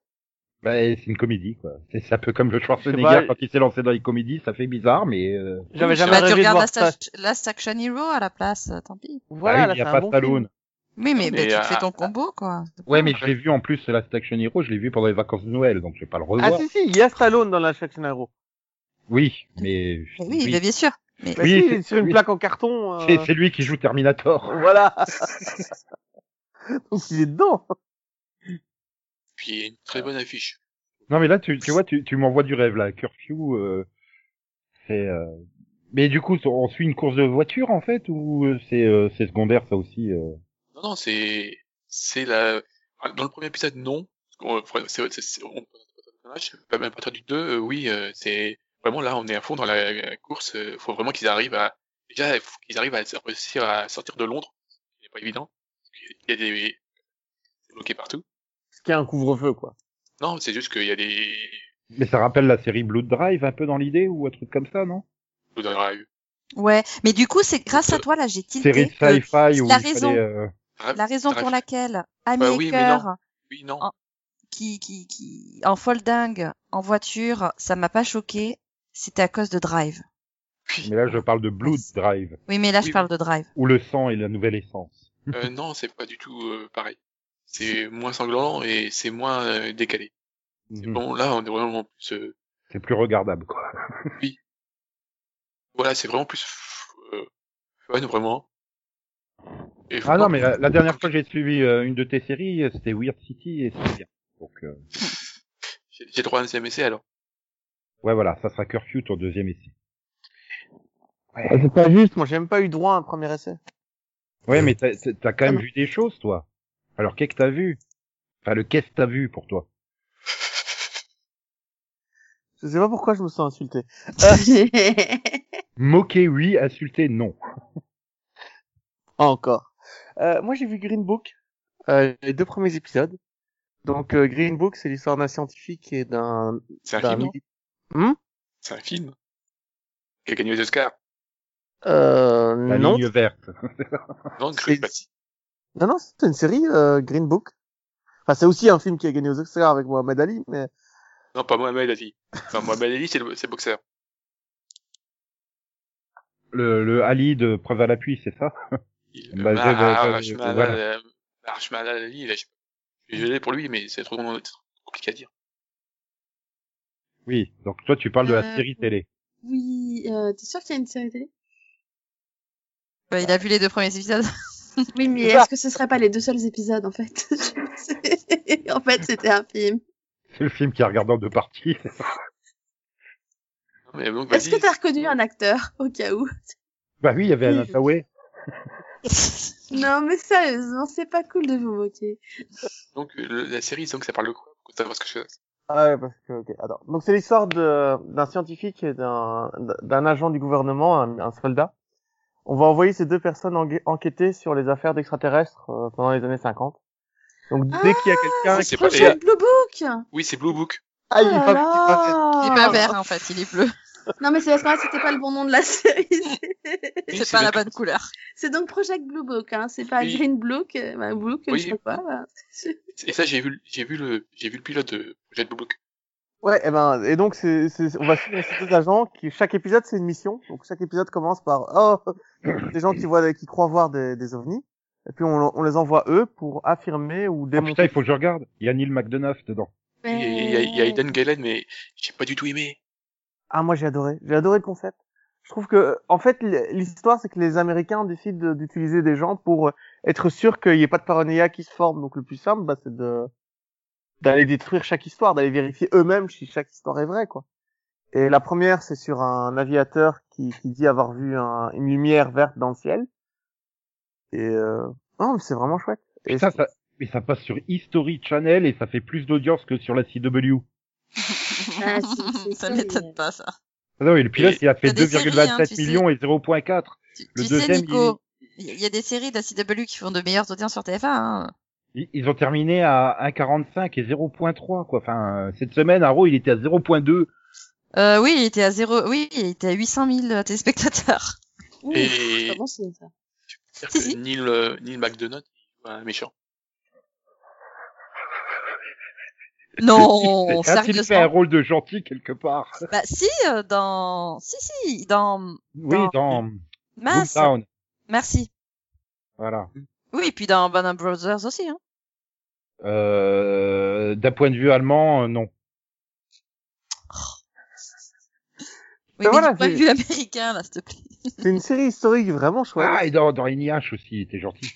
Bah, c'est une comédie, quoi. C'est c'est un peu comme le Schwarzenegger Je sais pas, quand il s'est lancé dans les comédies, ça fait bizarre, mais euh, J'avais jamais Bah, tu rêvé de regardes voir Last, ça. Act- Last Action Hero à la place, euh, tant pis. Voilà, bah oui, là, il n'y a c'est pas un bon film. Stallone. Oui, mais, bah, Mais, tu te euh, fais ton combo, quoi. Ouais, mais je l'ai vu en plus, Last Action Hero, je l'ai vu pendant les vacances de Noël, donc je vais pas le revoir. Ah si, si, il y a Stallone dans la Action Hero. oui, mais... Mais oui, bah, bien sûr. Mais Bah Oui, si, c'est- il est sur une oui. plaque en carton. euh, C'est c'est lui qui joue Terminator. Voilà. Donc il est dedans. Puis il y a une très bonne affiche. Non, mais là, tu, tu vois, tu, tu m'envoies du rêve, là. Curfew, euh, c'est... euh, Mais du coup, on suit une course de voiture, en fait, ou euh, c'est euh, c'est secondaire, ça aussi euh Non, non, c'est, c'est la, ah, dans le premier épisode, non. On- C'est, c'est, c'est- on, pas même à partir du 2, euh, oui, euh, c'est vraiment là, on est à fond dans la, la course. Il faut vraiment qu'ils arrivent à, déjà, il faut qu'ils arrivent à réussir à sortir de Londres. C'est pas évident. Il y a des, c'est bloqué partout. Ce qui est un couvre-feu, quoi. Non, c'est juste qu'il y a des, Mais ça rappelle la série Blood Drive, un peu dans l'idée, ou un truc comme ça, non dans la rue. ouais, mais du coup, c'est grâce à toi là, j'ai tilté. Série de que sci-fi, où la il fallait, raison- euh, Ra- La raison Drive. pour laquelle Amy Bah oui, mais Acker, Oui, non. Ah. qui, qui, qui, en folle dingue, en voiture, ça m'a pas choqué, c'était à cause de Drive. Oui. Mais là, je parle de Blood Drive, Oui, mais là, Oui, je parle de Drive. où le sang est la nouvelle essence. Euh, non, c'est pas du tout euh, pareil. C'est moins sanglant et c'est moins euh, décalé. C'est Mhm. Bon, là, on est vraiment plus. euh, C'est plus regardable, quoi. voilà, c'est vraiment plus f- euh, fun, vraiment. Et Ah vraiment- non, mais la, la dernière fois que j'ai suivi euh, une de tes séries, euh, c'était Weird City, et c'est bien. Donc, euh, J'ai j'ai droit à un deuxième essai alors. ouais, voilà, ça sera Curfew, ton deuxième essai. Ah, c'est pas juste, moi j'ai même pas eu droit à un premier essai. Ouais, mais t'as t'as- t'as quand même Ah non. vu des choses, toi. Alors, qu'est-ce que t'as vu Enfin, le qu'est-ce que t'as vu pour toi Je sais pas pourquoi je me sens insulté. Moquer, oui. Insulter, non. Encore. Euh, moi j'ai vu Green Book, euh, les deux premiers épisodes. Donc euh, Green Book, c'est l'histoire d'un scientifique et d'un... C'est un Bah d'un film. mili- C'est un film. Qui a gagné les Oscars. Euh, La non. ligne verte. Ah, Non, C'est- Chris Batti. Non, non, c'est une série, euh, Green Book. Enfin, c'est aussi un film qui a gagné aux Oscars avec Mohamed Ali, mais... Non, pas Mohamed Ali. Enfin, Mohamed Ali, c'est le, c'est le boxeur. Le, le Ali de preuve à l'appui, c'est ça Il, Bah, je- Mar- je- je- Marshmallow- voilà. euh, Marshmallow Ali, là, je je suis désolé pour lui, mais c'est trop c'est trop compliqué à dire. Oui. Donc, toi, tu parles de la Euh, série télé. Oui, euh, t'es sûr qu'il y a une série télé Bah, il a vu les deux premiers épisodes. Oui, mais Ah. est-ce que ce serait pas les deux seuls épisodes en fait En fait, c'était un film. C'est le film qui est regardé en deux parties. Non, mais donc, Est-ce vas-y. que t'as reconnu un acteur au cas où bah oui, il y avait Oui, Anna je- Tawai. Non, mais sérieusement, c'est pas cool de vous moquer. Donc, le- la série, donc, ça parle de quoi? Pour savoir ce que je fais. Ah ouais, parce que, ok, attends. Donc c'est l'histoire de- d'un scientifique et d'un d'un agent du gouvernement, un, un soldat. On va envoyer ces deux personnes engue- enquêter sur les affaires d'extraterrestres euh, pendant les années 50. Donc dès qu'il y a quelqu'un Ah, qui... c'est pas Prochain les... Blue Book Oui, c'est Blue Book. Ah, Oh il est là pas... là. Il est pas Oh. vert, en fait, il est bleu. Non, mais c'est parce que c'était pas le bon nom de la série. Oui, C'est pas le- la bonne couleur. C'est donc Project Blue Book, hein. c'est pas Oui. Green Book, euh, bah, Book, Oui. je sais pas. bah. Et ça, j'ai vu, j'ai vu le, j'ai vu le pilote de Jet Blue Book. Ouais, et ben, et donc c'est, c'est- on va suivre ces deux agents qui, chaque épisode c'est une mission. Donc chaque épisode commence par, oh, des gens qui voient, qui croient voir des, des ovnis. Et puis on, on les envoie eux pour affirmer ou Oh putain, démontrer. il faut que je regarde. Il y a Neil McDonough dedans. Il y a- il y a- il y a Aidan Galen, mais j'ai pas du tout aimé. Ah, moi j'ai adoré. J'ai adoré le concept. Je trouve que, en fait, l- l'histoire, c'est que les Américains décident de- d'utiliser des gens pour euh, être sûr qu'il n'y ait pas de paranoïa qui se forme. Donc le plus simple, bah, c'est de d'aller détruire chaque histoire, d'aller vérifier eux-mêmes si chaque histoire est vraie, quoi. Et la première, c'est sur un aviateur qui, qui dit avoir vu un- une lumière verte dans le ciel. Et euh... non, mais c'est vraiment chouette. Et Et ça, ça, mais ça passe sur History Channel et ça fait plus d'audience que sur la CW. Ah, si, c'est ça cool. m'étonne pas, ça. Ah non, et le pilote, Et- il a fait T'as des séries, 2,27 hein, tu sais. millions et 0,4. Tu, Le tu deuxième, sais, Nico, il y a des séries de la CW qui font de meilleures audiences sur TF1. Hein. Ils- Ils ont terminé à 1,45 et 0,3, quoi. Enfin, euh, cette semaine, Arrow, il était à 0,2. Euh, oui, il était à zéro, oui, il était à 800 000 euh, téléspectateurs. Ouh, Et- c'est pas bon, c'est ça. C'est-à-dire que Si, si. Neil, euh, Neil McDonough, il joue un méchant. Non, Est-ce qu'il fait un sérieusement. rôle de gentil quelque part Bah si, euh, dans... Si, si, dans... Oui, dans Mince, Boomtown. merci. Voilà. Oui, et puis dans Banner Brothers aussi. Hein. Euh, D'un point de vue allemand, euh, non. Oui, mais voilà, du point de c'est- vue américain, là, s'il te plaît. C'est une série historique vraiment chouette. Ah, et dans, dans Ignache aussi, il était gentil.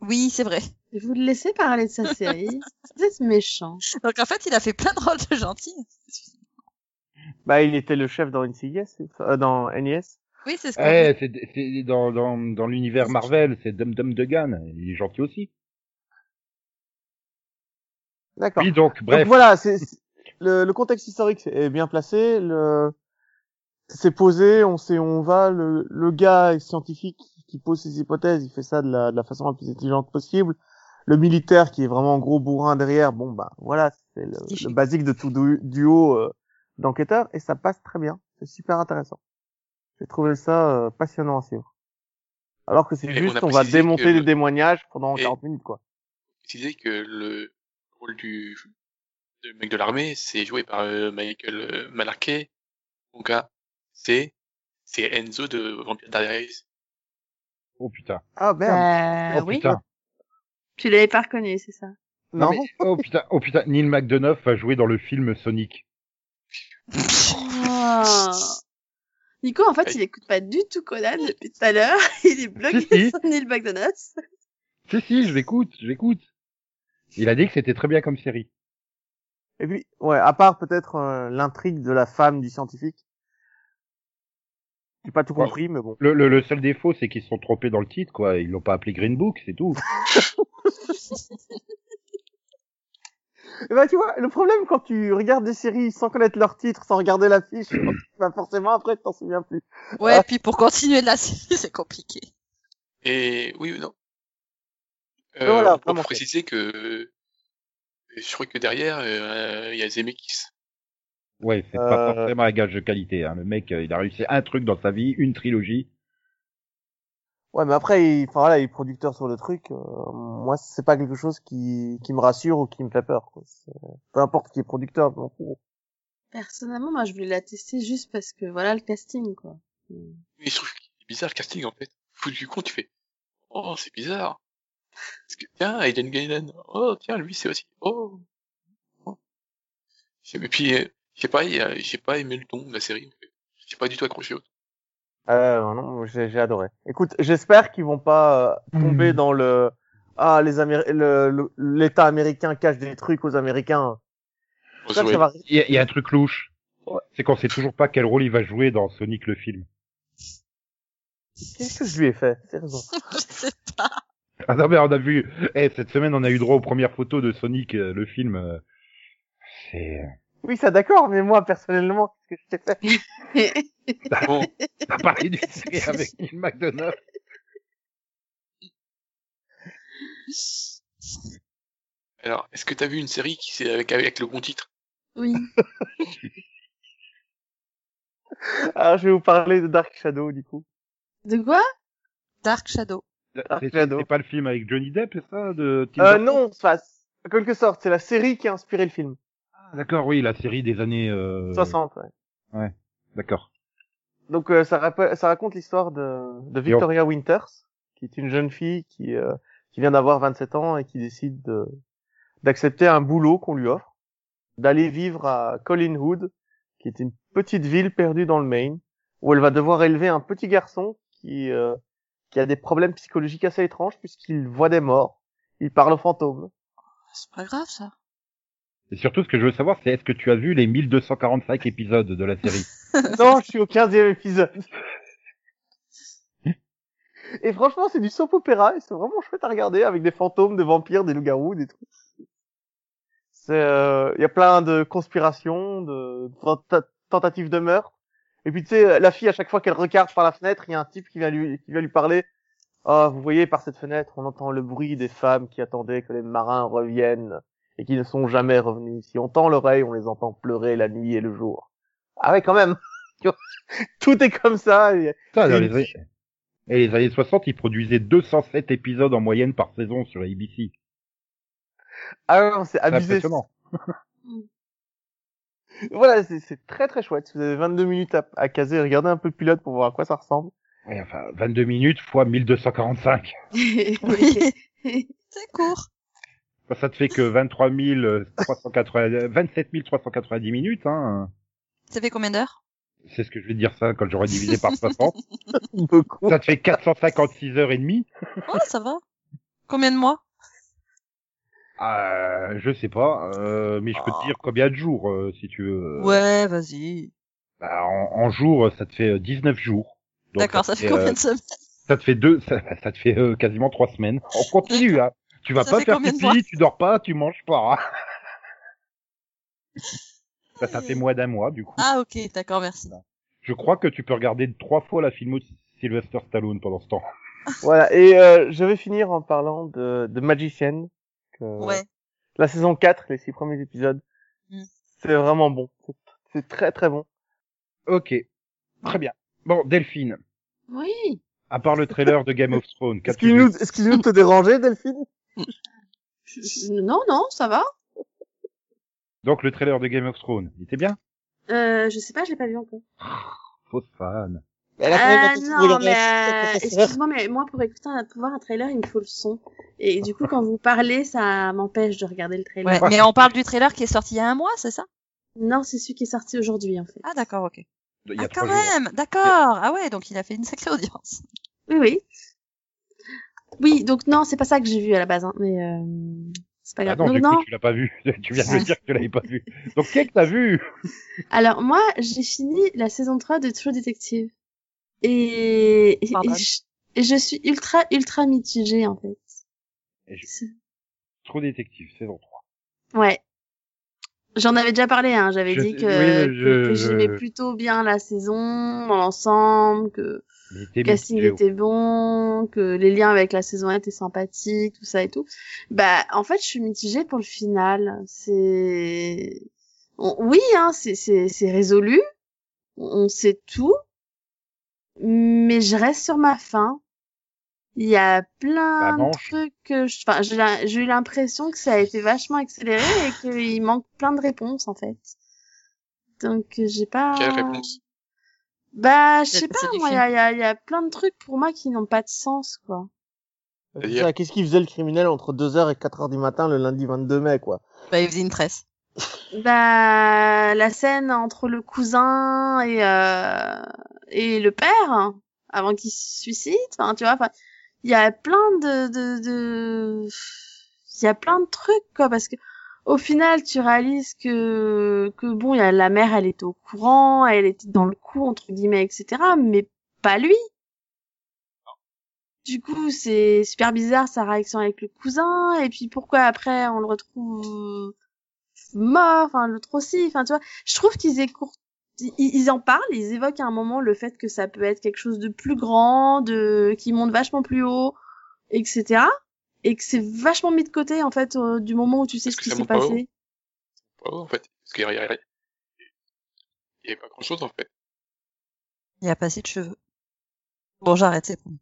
Oui, c'est vrai. Vous le laissez parler de sa série Vous êtes méchant. Donc en fait, il a fait plein de rôles de gentil. Bah, il était le chef dans NCIS, euh, dans NES. Oui, c'est ce Eh, qu'on dit. c'est c'est dans, dans, dans l'univers Marvel, c'est Dum Dum Degan, il est gentil aussi. D'accord. Oui, donc, Donc bref. voilà, c'est c'est- le, le contexte historique est bien placé. Le c'est posé, on sait où on va. Le, le gars est scientifique qui pose ses hypothèses, il fait ça de la, de la façon la plus intelligente possible. Le militaire qui est vraiment gros bourrin derrière, bon bah voilà, c'est le, Stiché. le basique de tout du- duo euh, d'enquêteurs et ça passe très bien. C'est super intéressant. J'ai trouvé ça euh, passionnant à suivre. Alors que c'est Et juste, on a on, va précisé démonter que- les témoignages pendant Et- 40 minutes quoi. préciser que le rôle du, du mec de l'armée, c'est joué par euh, Michael euh, Malarkey. Mon gars, c'est, c'est Enzo de Vampire Diaries. Oh putain. Ah merde, Euh, oh oui, putain. tu l'avais pas reconnu, c'est ça. Non, non. mais- oh putain. Oh putain. Neil McDonough a joué dans le film Sonic. Oh. Nico, en fait, Aïe. il écoute pas du tout Conan depuis tout à l'heure. Il est bloqué Si, si. sur Neil McDonald's. Si, si, je l'écoute, je l'écoute. Il a dit que c'était très bien comme série. Et puis, ouais, à part peut-être euh, l'intrigue de la femme du scientifique. J'ai pas tout Ouais. compris, mais bon. Le, le, le seul défaut, c'est qu'ils se sont trompés dans le titre, quoi. Ils l'ont pas appelé Green Book, c'est tout. Et bah, tu vois, le problème quand tu regardes des séries sans connaître leur titre, sans regarder l'affiche, bah forcément après tu t'en souviens plus. Ouais, puis pour continuer de la série, c'est compliqué. Et oui, non. Euh, voilà, on vraiment peut préciser que, euh, je crois que derrière, euh, il y a Zemeckis. Ouais, c'est Euh. pas forcément un gage de qualité. Hein. Le mec, euh, il a réussi un truc dans sa vie, une trilogie. Ouais, mais après, il, enfin, voilà, il est producteur sur le truc. euh, moi, c'est pas quelque chose qui, qui me rassure ou qui me fait peur. Quoi. C'est- Peu importe qui est producteur, je m'en fous. Personnellement, moi, je voulais la tester juste parce que voilà le casting, quoi. Mais je trouve qu'il est bizarre le casting en fait. Fou du con, tu fais Oh, c'est bizarre. Parce que, tiens, Aiden Gayden. Oh, tiens, lui, c'est aussi. Oh. Oh. J'ai- Et puis, euh, j'ai pas, euh, j'ai pas aimé le ton de la série. en fait. J'ai pas du tout accroché. au- Euh, non, j'ai j'ai adoré. Écoute, j'espère qu'ils vont pas euh, tomber dans le ah les Améri- le- le- l'État américain cache des trucs aux Américains. au J'espère que Zoé. ça va Il y, a- il y a un truc louche. C'est qu'on sait toujours pas quel rôle il va jouer dans Sonic le film. Qu'est-ce que je lui ai fait Sérieusement. je sais pas. Ah non, mais on a vu, eh, cette semaine, on a eu droit aux premières photos de Sonic, euh, le film. euh, C'est, euh, Oui, ça d'accord, mais moi personnellement, qu'est-ce que je t'ai fait Bon, t'as parlé d'une série avec Neil McDonough. alors, est-ce que t'as vu une série qui c'est avec, avec le bon titre Oui. Alors, je vais vous parler de Dark Shadow du coup. De quoi Dark Shadow. Dark C'est Shadow. c'est pas le film avec Johnny Depp, c'est ça, de Tim Ah, Euh, Burton non, enfin, en quelque sorte, c'est la série qui a inspiré le film. Ah, D'accord, oui, la série des années, euh... 60. ouais. D'accord. Donc euh, ça, rappelle- ça raconte l'histoire de, de Victoria Winters, qui est une jeune fille qui, euh, qui vient d'avoir 27 ans et qui décide de- d'accepter un boulot qu'on lui offre, d'aller vivre à Collinwood, qui est une petite ville perdue dans le Maine, où elle va devoir élever un petit garçon qui, euh, qui a des problèmes psychologiques assez étranges puisqu'il voit des morts, il parle aux fantômes. C'est pas grave, ça. Et surtout, ce que je veux savoir, c'est est-ce que tu as vu les 1245 épisodes de la série? Non, je suis au 15e épisode. Et franchement, c'est du soap opéra et c'est vraiment chouette à regarder avec des fantômes, des vampires, des loups-garous, des trucs. C'est, euh, il y a plein de conspirations, de tenta- tentatives de meurtre. Et puis tu sais, la fille à chaque fois qu'elle regarde par la fenêtre, il y a un type qui vient lui, qui vient lui parler. Ah, vous voyez par cette fenêtre, on entend le bruit des femmes qui attendaient que les marins reviennent et qui ne sont jamais revenus. Si on tend l'oreille, on les entend pleurer la nuit et le jour. Ah ouais, quand même. Tu vois, Tout est comme ça. et- Putain, dans Et- les années- Et les années 60, ils produisaient 207 épisodes en moyenne par saison sur ABC. Ah ouais, non, c'est C'est abusé. impressionnant. Voilà, c'est- c'est très très chouette. Si Vous avez 22 minutes à, à caser, regardez un peu le pilote pour voir à quoi ça ressemble. Ouais, enfin, 22 minutes fois 1245. Oui. C'est court. Enfin, Ça te fait que 23 380, 27 390 minutes, hein. Ça fait combien d'heures C'est ce que je vais te dire ça quand j'aurai divisé par 60. Beaucoup. Ça te fait 456 heures et demie. Oh, ça va. Combien de mois Euh, je sais pas, euh, mais je peux te dire combien de jours, euh, si tu veux. Ouais, vas-y. Bah, en, en jours, ça te fait euh, 19 jours. Donc, D'accord, ça fait combien euh, de semaines Ça te fait deux, ça, ça te fait euh, quasiment trois semaines. On continue, hein. Tu vas Ça pas fait faire combien de mois pipi, tu dors pas, tu manges pas. hein. ça, ça fait moins d'un mois, du coup. Ah, ok, d'accord, merci. Je crois que tu peux regarder trois fois la film de Sylvester Stallone pendant ce temps. Voilà, et euh, je vais finir en parlant de, de Magicienne. que- Ouais. La saison 4, les six premiers épisodes. Mm. C'est vraiment bon. C'est- C'est très très bon. Ok. Ah. Très bien. Bon, Delphine. Oui. À part le trailer de Game of Thrones, Est-ce qu'as-tu qu'il vu nous, est-ce qu'il nous te dérangeait, Delphine Je- je- Non, non, ça va. Donc, le trailer de Game of Thrones, il était bien? Euh, je sais pas, je l'ai pas vu encore. Fausse fan. Elle a quand même Ah un petit non, boulot de mais euh, reste, ça, ça, ça. excuse-moi, mais moi pour écouter un, pour voir un trailer, il me faut le son. Et du coup, quand vous parlez, ça m'empêche de regarder le trailer. Ouais, mais on parle du trailer qui est sorti il y a un mois, c'est ça Non, c'est celui qui est sorti aujourd'hui en fait. Ah, d'accord, ok. Il y a Ah, trois quand jours. même, d'accord. Ah ouais, donc il a fait une sacrée audience. Oui, oui. Oui, donc non, c'est pas ça que j'ai vu à la base, hein, mais euh, c'est pas Ah grave. non, Donc, du Bah non. coup, tu l'as pas vu. tu viens de me dire que tu l'avais pas vu. Donc, qu'est-ce que t'as vu? Alors moi, j'ai fini la saison 3 de True Detective. Et, et- Pardon. et je, et je suis ultra, ultra mitigée en fait. Et je- Trop détective, saison 3. Ouais. J'en avais déjà parlé, hein. j'avais Je dit sais- que, oui, je- que, que j'aimais je- plutôt bien la saison dans l'ensemble, que Mais le t'es casting mitigé, était bon, que les liens avec la saison 1 étaient sympathiques, tout ça et tout. Bah, en fait, je suis mitigée pour le final. C'est... on- Oui, hein, c'est, c'est, c'est résolu. On on sait tout. Mais je reste sur ma faim. Il y a plein Bah, mange. de trucs que je... Enfin, j'ai, la- j'ai eu l'impression que ça a été vachement accéléré et qu'il manque plein de réponses, en fait. Donc, euh, j'ai pas... Quelle réponse Bah, je C'est- sais pas, c'est du moi, il y, film. a- y a- y a plein de trucs pour moi qui n'ont pas de sens, quoi. C'est-à-dire Putain, eh, Qu'est-ce qu'il faisait le criminel entre 2h et 4h du matin le lundi 22 mai, quoi Bah, il faisait une tresse. Bah, la scène entre le cousin et, euh, et le père, hein, avant qu'il se suicide, enfin, tu vois, enfin, il y a plein de, de, de, il y a plein de trucs, quoi, parce que, au final, tu réalises que, que bon, il y a la mère, elle était au courant, elle était dans le coup, entre guillemets, etc., mais pas lui. Du coup, c'est super bizarre sa réaction avec le cousin, et puis pourquoi après on le retrouve mort, enfin l'autre aussi, enfin tu vois, je trouve qu'ils écourtent- ils, ils en parlent, ils évoquent à un moment le fait que ça peut être quelque chose de plus grand, de qui monte vachement plus haut, etc. Et que c'est vachement mis de côté en fait euh, du moment où tu sais Parce ce que qui ça s'est monte pas passé. Pas haut, en fait. Parce qu'il y a, il y a- il y a pas grand-chose, en fait. Il a pas assez de cheveux. Bon, j'arrête, c'est bon.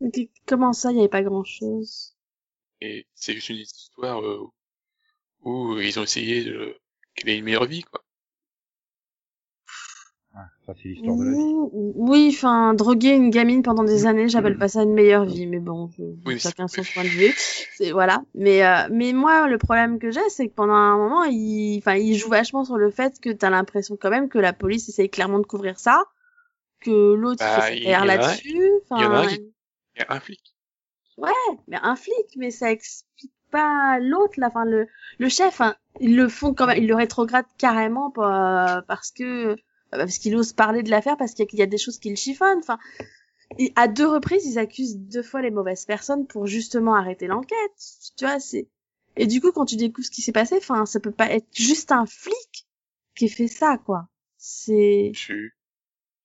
Donc, comment ça, il n'y avait pas grand chose Et c'est juste une histoire euh, où ils ont essayé de... qu'elle ait une meilleure vie, quoi. Ça, c'est l'histoire de la vie. Oui, enfin, droguer une gamine pendant des années, j'appelle pas ça une meilleure vie, mais bon, je- Oui, chacun son c'est- point de vue. C'est voilà. Mais euh, mais moi, le problème que j'ai, c'est que pendant un moment, il, enfin, il joue vachement sur le fait que t'as l'impression quand même que la police essaye clairement de couvrir ça, que l'autre Bah, fait il ses y en PR a- là-dessus. il y en a Enfin, qui- Il y a un flic. mais un flic, mais ça explique pas l'autre, là, enfin le le chef, hein, ils le font quand même, ils le rétrogradent carrément pa- parce que bah, parce qu'il ose parler de l'affaire parce qu'il y, a- il y a des choses qui le chiffonnent. Enfin, et à deux reprises, ils accusent deux fois les mauvaises personnes pour justement arrêter l'enquête. Tu vois, c'est et du coup quand tu découvres ce qui s'est passé, enfin ça peut pas être juste un flic qui ait fait ça, quoi. C'est Je suis...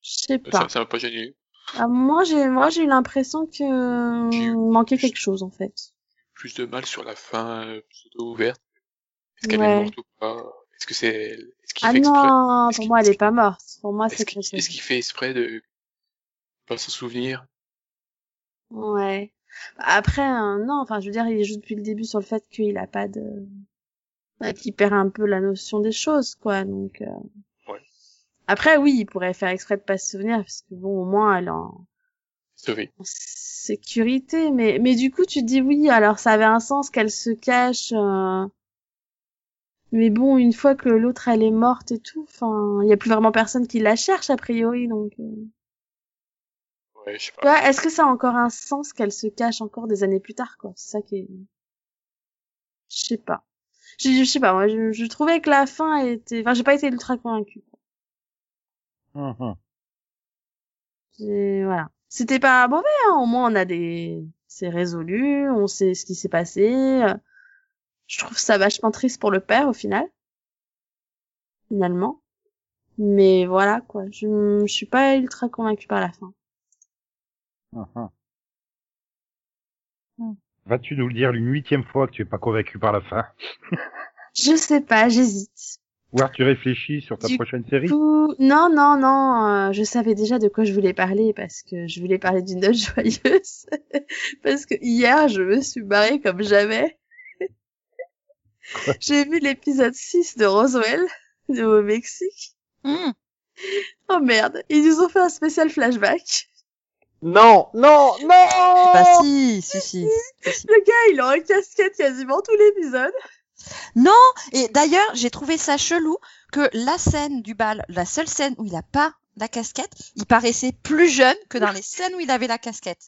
je sais pas. Ça ça m'a pas gêné. Ah, moi j'ai moi j'ai eu l'impression que J'ai eu- manquait quelque chose en fait. Plus de mal sur la fin euh, pseudo-ouverte. Est-ce qu'elle Ouais. est morte ou pas Est-ce que c'est... Est-ce qu'il Ah fait exprès non, Est-ce pour qu'il- moi elle est pas morte. Pour moi Est-ce c'est qu'il quelque est-ce chose. qu'il fait exprès de pas s'en souvenir Ouais. Après euh, non, enfin je veux dire il joue depuis le début sur le fait qu'il a pas de bah, qui perd un peu la notion des choses, quoi. Donc, euh. Ouais. Après, oui, il pourrait faire exprès de pas se souvenir, parce que bon, au moins, elle est en, Sauvé. en sécurité. Mais, mais du coup, tu te dis oui, alors ça avait un sens qu'elle se cache. euh. Mais bon, une fois que l'autre, elle est morte et tout, enfin, il y a plus vraiment personne qui la cherche, a priori, donc. euh. Ouais, je sais Tu pas. vois, est-ce que ça a encore un sens qu'elle se cache encore des années plus tard, quoi C'est ça qui est... Je sais pas. Je, je sais pas, moi, je, je trouvais que la fin était... Enfin, j'ai pas été ultra convaincue. Mmh. Mhm. J'ai- Voilà. C'était pas mauvais, hein. Au moins, on a des... C'est résolu, on sait ce qui s'est passé. euh, Je trouve ça vachement triste pour le père, au final. Finalement. Mais voilà, quoi. Je, je suis pas ultra convaincue par la fin. Mmh, Mhm. Vas-tu nous le dire une huitième fois que tu es pas convaincu par la fin Je sais pas, j'hésite. Ou alors tu réfléchis sur ta Du prochaine série Tout- Non, non, non, euh, je savais déjà de quoi je voulais parler parce que je voulais parler d'une note joyeuse. parce que hier, je me suis barrée comme jamais. J'ai vu l'épisode 6 de Roswell, de au Mexique. Hmm. Oh merde, ils nous ont fait un spécial flashback. Non, non, non Bah Oh, si, si, si. Le gars, il est en casquette quasiment tout l'épisode. Non, et d'ailleurs, j'ai trouvé ça chelou que la scène du bal, la seule scène où il a pas la casquette, il paraissait plus jeune que dans les scènes où il avait la casquette.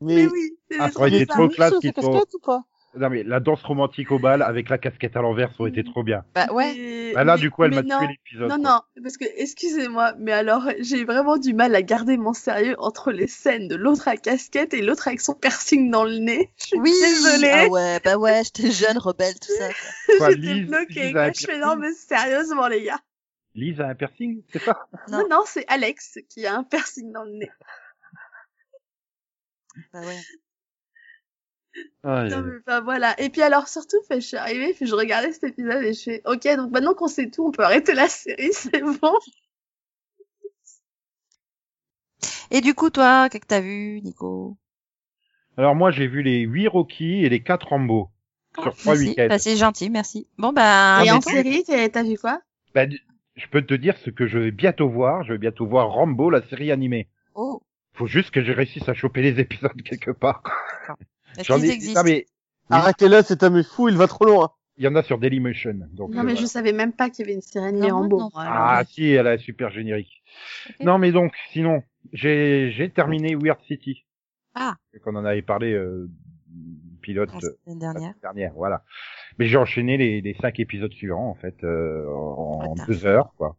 Mais Mais, oui, c'est Ah, des ça aurait trucs été bizarres. trop classe sur qu'ils sa sont... casquette ou pas Non mais la danse romantique au bal avec la casquette à l'envers, ça aurait été trop bien. Bah ouais. Mmh. Mais- Bah là, mais- du coup, elle m'a mais non. tué l'épisode. Non, quoi. non, parce que, excusez-moi, mais alors, j'ai vraiment du mal à garder mon sérieux entre les scènes de l'autre à casquette et l'autre avec son piercing dans le nez. Je suis Oui. désolée, Ah ouais, bah ouais, j'étais jeune, rebelle, tout ça. Quoi, j'étais Lise- bloquée. Lise a un quoi. Je fais piercing non, mais sérieusement, les gars. Lise a un piercing, c'est ça Non, Non. non, c'est Alex qui a un piercing dans le nez. Bah ouais. Ah, Non, mais bah, voilà. Et puis alors, surtout, fait, je suis arrivée, puis je regardais cet épisode et je fais, ok, donc maintenant qu'on sait tout, on peut arrêter la série, c'est bon. Et du coup, toi, qu'est-ce que t'as vu, Nico Alors moi j'ai vu les 8 Rocky et les 4 Rambo Ah, sur 3 Merci. week-ends. Bah, c'est gentil, merci. Bon bah, et mais en tu- série, t'es- t'as vu quoi Bah, du- je peux te dire ce que je vais bientôt voir. Je vais bientôt voir Rambo, la série animée. oh, Faut juste que je réussisse à choper les épisodes quelque part. est-ce J'en qu'ils ai- existent Non mais Arrêtez-le, cet homme est fou, il va trop loin. il y en a sur Dailymotion. Donc, Non, euh, mais voilà. je savais même pas qu'il y avait une Non, série de moi, Rambo. non. moi, alors. Ah si, elle a super générique. Ok. Non mais donc sinon j'ai j'ai terminé Weird City. Ah. Quand on en avait parlé euh, du pilote La euh, semaine la dernière. semaine dernière, voilà. Mais j'ai enchaîné les, les cinq épisodes suivants en fait euh, en Retard. deux heures quoi.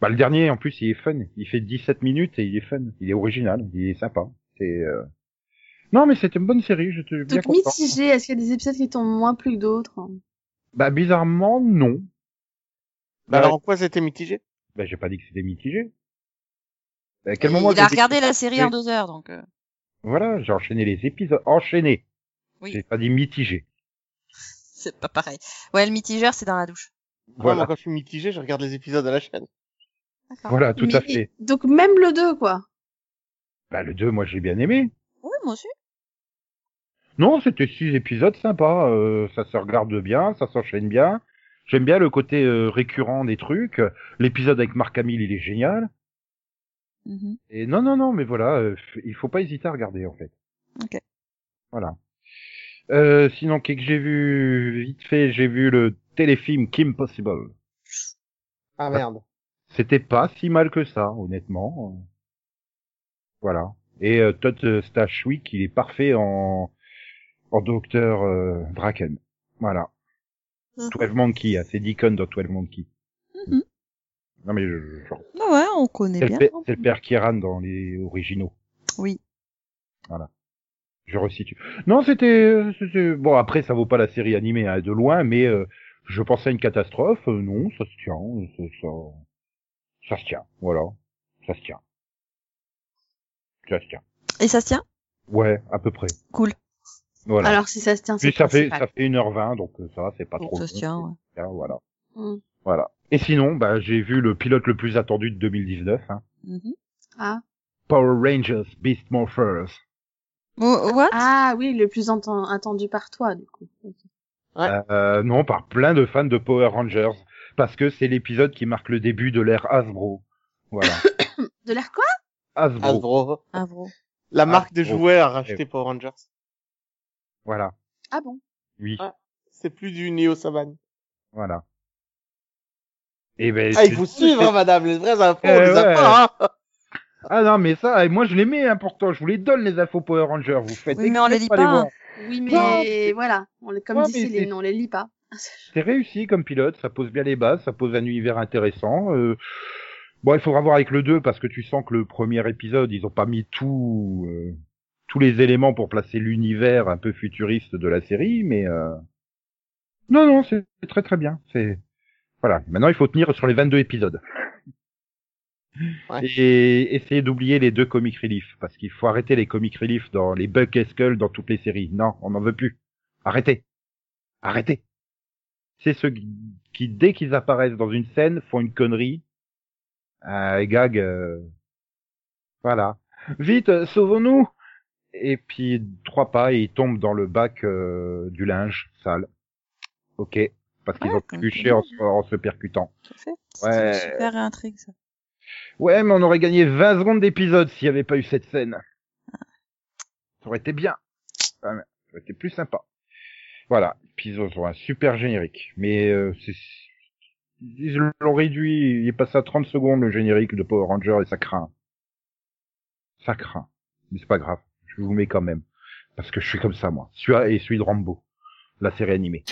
Bah le dernier en plus il est fun, il fait 17 minutes et il est fun, il est original, il est sympa. C'est euh, non mais c'était une bonne série, j'étais bien Donc content. mitigé, est-ce qu'il y a des épisodes qui tombent moins plus que d'autres Bah bizarrement non. Bah Bah, alors en quoi c'était mitigé Bah j'ai pas dit que c'était mitigé. Bah, À quel moment il a j'ai dit- regardé la série en deux heures, donc. euh, Voilà, j'ai enchaîné les épisodes. Enchaîné. Oui. J'ai pas dit mitigé. C'est pas pareil. Ouais, le mitigeur, c'est dans la douche. Voilà. Ah, moi, quand je suis mitigé, je regarde les épisodes à la chaîne. D'accord. Voilà, Ah, tout à Mais- fait. Donc même le 2, quoi. Bah, le 2, moi, j'ai bien aimé. Oui, moi aussi. Non, c'était six épisodes sympas. euh, ça se regarde bien, ça s'enchaîne bien. J'aime bien le côté euh, récurrent des trucs. L'épisode avec Marc Hamill, il est génial. Mm-hmm. Mhm. Et non, non, non, mais voilà, euh, f- il faut pas hésiter à regarder, en fait. Ok. Voilà. Euh, sinon, qu'est-ce que j'ai vu vite fait J'ai vu le téléfilm Kim Possible. Ah merde. c'était pas si mal que ça, honnêtement. Euh, Voilà. Et euh, Todd euh, Stachwick, il est parfait en en docteur euh, Draken. Voilà. Mhm. 12 Monkey, hein, c'est Deacon dans 12 Monkey. Mhm. Non mais je- je- je- Bah ouais, on connaît c'est le, bien. père- c'est le père Kieran dans les originaux. Oui. Voilà. Je resitue. Non, c'était euh, c'était- bon. Après, ça vaut pas la série animée hein, de loin, mais euh, je pensais à une catastrophe. Euh, non, ça se tient. euh, ça- Ça, ça se tient. Voilà. Ça se tient. Ça se tient. Et ça se tient Ouais, à peu près. Cool. Voilà. Alors si ça se tient, c'est Puis ça fait principal. ça fait 1h20, donc euh, ça c'est pas Bon, trop. ça se long, tient, c'est ouais. Mmh. bien, Voilà. Mm. Voilà. Et sinon, bah j'ai vu le pilote le plus attendu de 2019, hein. Mhm. Ah. Power Rangers Beast Morphers. Mo- Oh, What Ah oui, le plus enten- attendu par toi, du coup. Ok. Ouais. Euh, non, par plein de fans de Power Rangers, parce que c'est l'épisode qui marque le début de l'ère Hasbro. Voilà. De l'air quoi Hasbro. Hasbro. Avro. Ah, Ah, La marque de Hasbro. jouets Eh. rachetée Power Rangers. Voilà. Ah bon Oui, Ah. C'est plus du Neo Saban. voilà. Et ben, Ah, il c'est- faut suivre, hein, madame. Les vraies infos, on Eh les a ouais. pas, hein. Ah non, mais ça, et moi je les mets, hein, pourtant, je vous les donne les infos Power Rangers, vous faites Oui, mais on exprès les de lit pas pas. voir. Oui, mais Non, mais- voilà, on, les- comme Ouais, dit mais Céline, c'est- on les lit pas. C'est réussi comme pilote, ça pose bien les bases, ça pose un univers intéressant. euh, Bon, il faudra voir avec le 2 parce que tu sens que le premier épisode, ils ont pas mis tout, euh, tous les éléments pour placer l'univers un peu futuriste de la série, mais euh, non, non, c'est c'est très très bien. C'est voilà. Maintenant, il faut tenir sur les 22 épisodes Ouais. et essayer d'oublier les deux comic relief parce qu'il faut arrêter les comic relief dans les Buck et Skull dans toutes les séries. Non, on n'en veut plus. Arrêtez, arrêtez. C'est ceux qui, dès qu'ils apparaissent dans une scène, font une connerie un gag. euh, Voilà. Vite, euh, sauvons-nous Et puis, trois pas, et ils tombent dans le bac euh, du linge sale. Ok. Parce qu'ils Ouais, ont comme trébuché tout le en, se- en se percutant. Tout à fait. Ouais. C'est une super intrigue, ça. Ouais, mais on aurait gagné 20 secondes d'épisode s'il n'y avait pas eu cette scène. Ça aurait été bien. Enfin, ça aurait été plus sympa. Voilà. Puis ils ont un super générique. Mais euh, c'est... Ils l'ont réduit, il est passé à 30 secondes le générique de Power Ranger et ça craint. Ça craint. Mais c'est pas grave, je vous mets quand même. Parce que je suis comme ça moi. Celui-là et celui de Rambo, la série animée.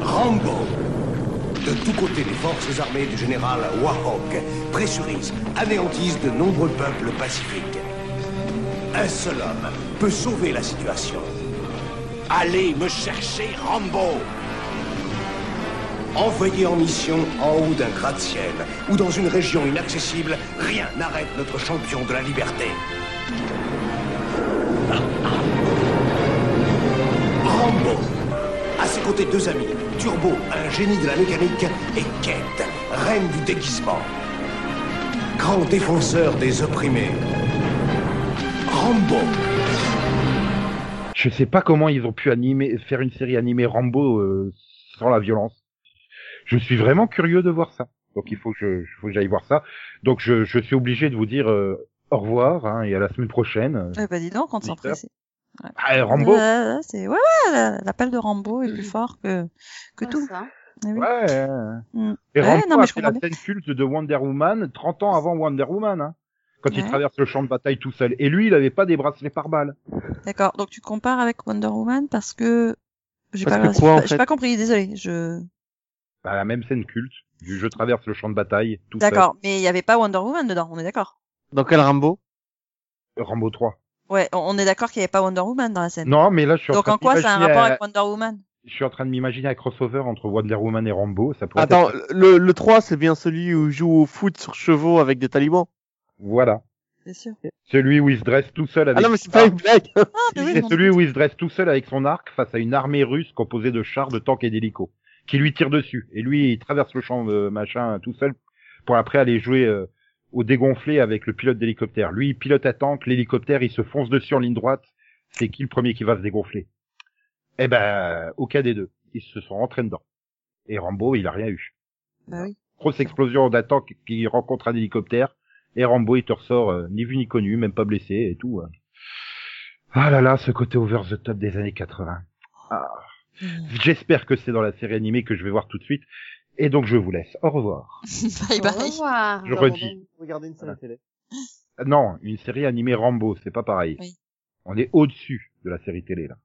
Rambo. De tous côtés, les forces armées du général Warhawk pressurisent, anéantissent de nombreux peuples pacifiques. Un seul homme peut sauver la situation. Allez me chercher Rambo Envoyé en mission en haut d'un gratte-ciel ou dans une région inaccessible, rien n'arrête notre champion de la liberté. Rambo. À ses côtés, deux amis, Turbo, un génie de la mécanique, et Kate, reine du déguisement. Grand défenseur des opprimés. Rambo. Je sais pas comment ils ont pu animer, faire une série animée Rambo euh, sans la violence. Je suis vraiment curieux de voir ça. Donc il faut que je, faut que j'aille voir ça. Donc je, je suis obligé de vous dire euh, au revoir hein, et à la semaine prochaine. Eh ben, dis donc, on s'en Mister. pressait. Ah, Rambo. Euh, c'est... Ouais, ouais, la- l'appel de Rambo est plus fort que, que Ah, tout. ça. Eh oui. Ouais. hein. Mm. Et Ouais, Rambo non, mais a je fait la comprends scène culte de Wonder Woman 30 ans avant Wonder Woman. hein, quand il Ouais. traverse le champ de bataille tout seul. Et lui, il avait pas des bracelets par balles. D'accord. Donc tu compares avec Wonder Woman parce que j'ai Parce pas, que quoi, en j'ai fait pas compris. Désolé. Je Bah, la même scène culte du je traverse le champ de bataille tout seul. d'accord. Mais il y avait pas Wonder Woman dedans. On est d'accord. Dans quel Rambo? Rambo 3. Ouais. On, on est d'accord qu'il y avait pas Wonder Woman dans la scène. Non, mais là je suis Donc train en quoi ça a un d'imaginer rapport un- avec Wonder Woman je suis en train de m'imaginer un crossover entre Wonder Woman et Rambo, ça pourrait Attends, être... le, le 3, c'est bien celui où il joue au foot sur chevaux avec des talibans. Voilà. Bien sûr. Celui où il se dresse tout seul avec... Ah non, mais c'est pas une blague. Ah, mais oui, C'est non, celui où il se dresse tout seul avec son arc face à une armée russe composée de chars, de tanks et d'hélicos, qui lui tire dessus. Et lui, il traverse le champ de machin tout seul pour après aller jouer euh, au dégonflé avec le pilote d'hélicoptère. Lui, il pilote à tank, l'hélicoptère, il se fonce dessus en ligne droite. C'est qui le premier qui va se dégonfler Eh ben, aucun des deux. Ils se sont rentrés dedans. Et Rambo, il a rien eu. Bah oui. grosse explosion d'un tank qui rencontre un hélicoptère et Rambo il te ressort euh, ni vu ni connu, même pas blessé et tout. euh. Ah là là, ce côté over the top des années 80. Ah. Hmm. J'espère que c'est dans la série animée que je vais voir tout de suite. Et donc je vous laisse. Au revoir. bye Au bye. revoir. Je redis. Regardez une série Voilà. télé. Euh, Non, une série animée Rambo, c'est pas pareil. Oui. On est au-dessus de la série télé là.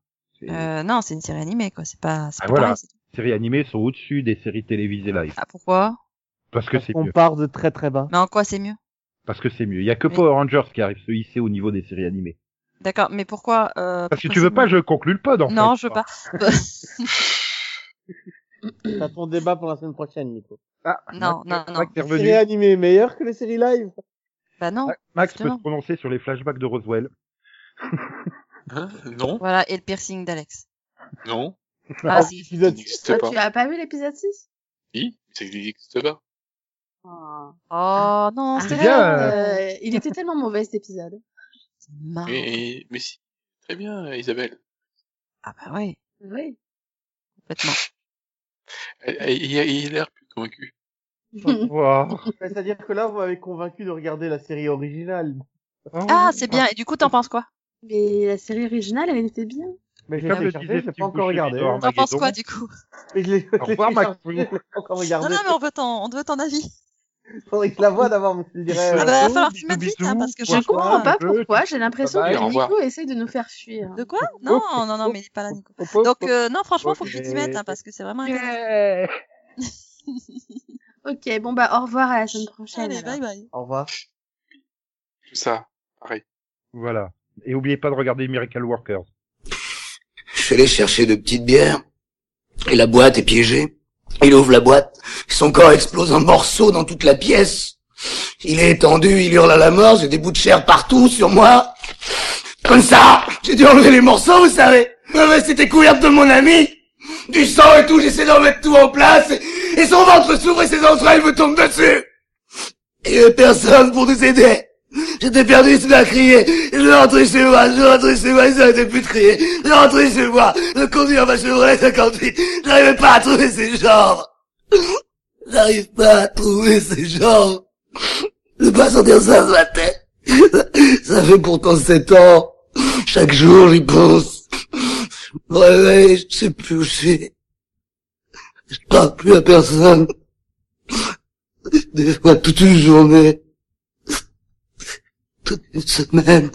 C'est- Euh, non, c'est une série animée quoi. C'est pas. C'est Ah, pas voilà. pareil, c'est tout. Les séries animées sont au-dessus des séries télévisées live Ah pourquoi parce que c'est On mieux. part de très très bas. Mais en quoi c'est mieux Parce que c'est mieux. Il y a que Oui. Power Rangers qui arrive se hisser au niveau des séries animées. D'accord, mais pourquoi Parce que euh, pourquoi tu c'est veux pas, moi je conclue le pod, en fait. hein. Non, je veux pas. T'as ton débat pour la semaine prochaine, Nico. non, non, non. Ah, Max est Les revenu. Ah, séries animées meilleures que les séries live. Bah non. Max peut justement. se prononcer sur les flashbacks de Roswell. Hein Non, Voilà, et le piercing d'Alex. non, Ah, Bah, oh. Ah, si. ça épisode n'existe Toi, pas. tu as pas vu l'épisode 6 Oui, ça n'existe pas. Oh. Oh non, Ah, c'était bien, là. euh, il était tellement mauvais cet épisode. C'est Ah. marrant. Mais, mais si. Très bien, Isabelle. Ah bah ouais, Oui. complètement. Elle- elle- Il a il a l'air plus convaincu. Wow. Bah, C'est-à-dire que là, vous m'avez convaincu de regarder la série originale. Ah, c'est bien. Et du coup, t'en penses quoi Mais la série originale, elle était bien. Mais j'ai Comme le téléchargé, disait j'ai Steve pas encore Buscemi regardé. dans hein. T'en penses Armageddon. quoi du coup Mais je l'ai je l'ai Au revoir, Max. téléchargé, j'ai pas encore regardé. Non, non, mais on veut ton, on veut ton avis. Faudrait que je la voie d'abord, mais je le dirais. Ah bah, euh, va Bisous, falloir s'y bisous, mettre vite, bisous. hein, parce que je Au revoir, comprends pas je veux- pourquoi, j'ai l'impression Bye que bye, au revoir. Nico essaye de nous faire fuir. De quoi Non, non, non, mais il est pas là, Nico. Donc euh, non, franchement, faut que tu t'y mettes, hein, parce que c'est vraiment. intéressant. Ouais. Ok, bon bah au revoir à la semaine prochaine. Allez, alors. bye bye. Au revoir. Tout ça, pareil. Voilà. Et oubliez pas de regarder Miracle Workers. Je suis allé chercher de petites bières. Et la boîte est piégée. Il ouvre la boîte. Son corps explose en morceaux dans toute la pièce. Il est étendu, il hurle à la mort, j'ai des bouts de chair partout sur moi. Comme ça J'ai dû enlever les morceaux, vous savez. Ma veste était couverte de mon ami. Du sang et tout, j'essaie d'en mettre tout en place. Et, et son ventre s'ouvre et ses entrailles me tombent dessus. Il n'y avait personne pour nous aider. J'étais perdu, il à crier. Je vais rentrer chez moi, je vais rentrer chez moi, ils n'arrêtaient plus de crier. Je vais rentrer chez moi, le conduire ma Chevrolet 58. J'arrivais pas à trouver ses jambes. J'arrive pas à trouver ses jambes. Ne pas sentir ça sur la tête. Ça fait pourtant sept ans. Chaque jour, j'y pense. Je me réveille, je sais plus où je suis. Je parle plus à personne. Des fois, toute une journée toute une semaine.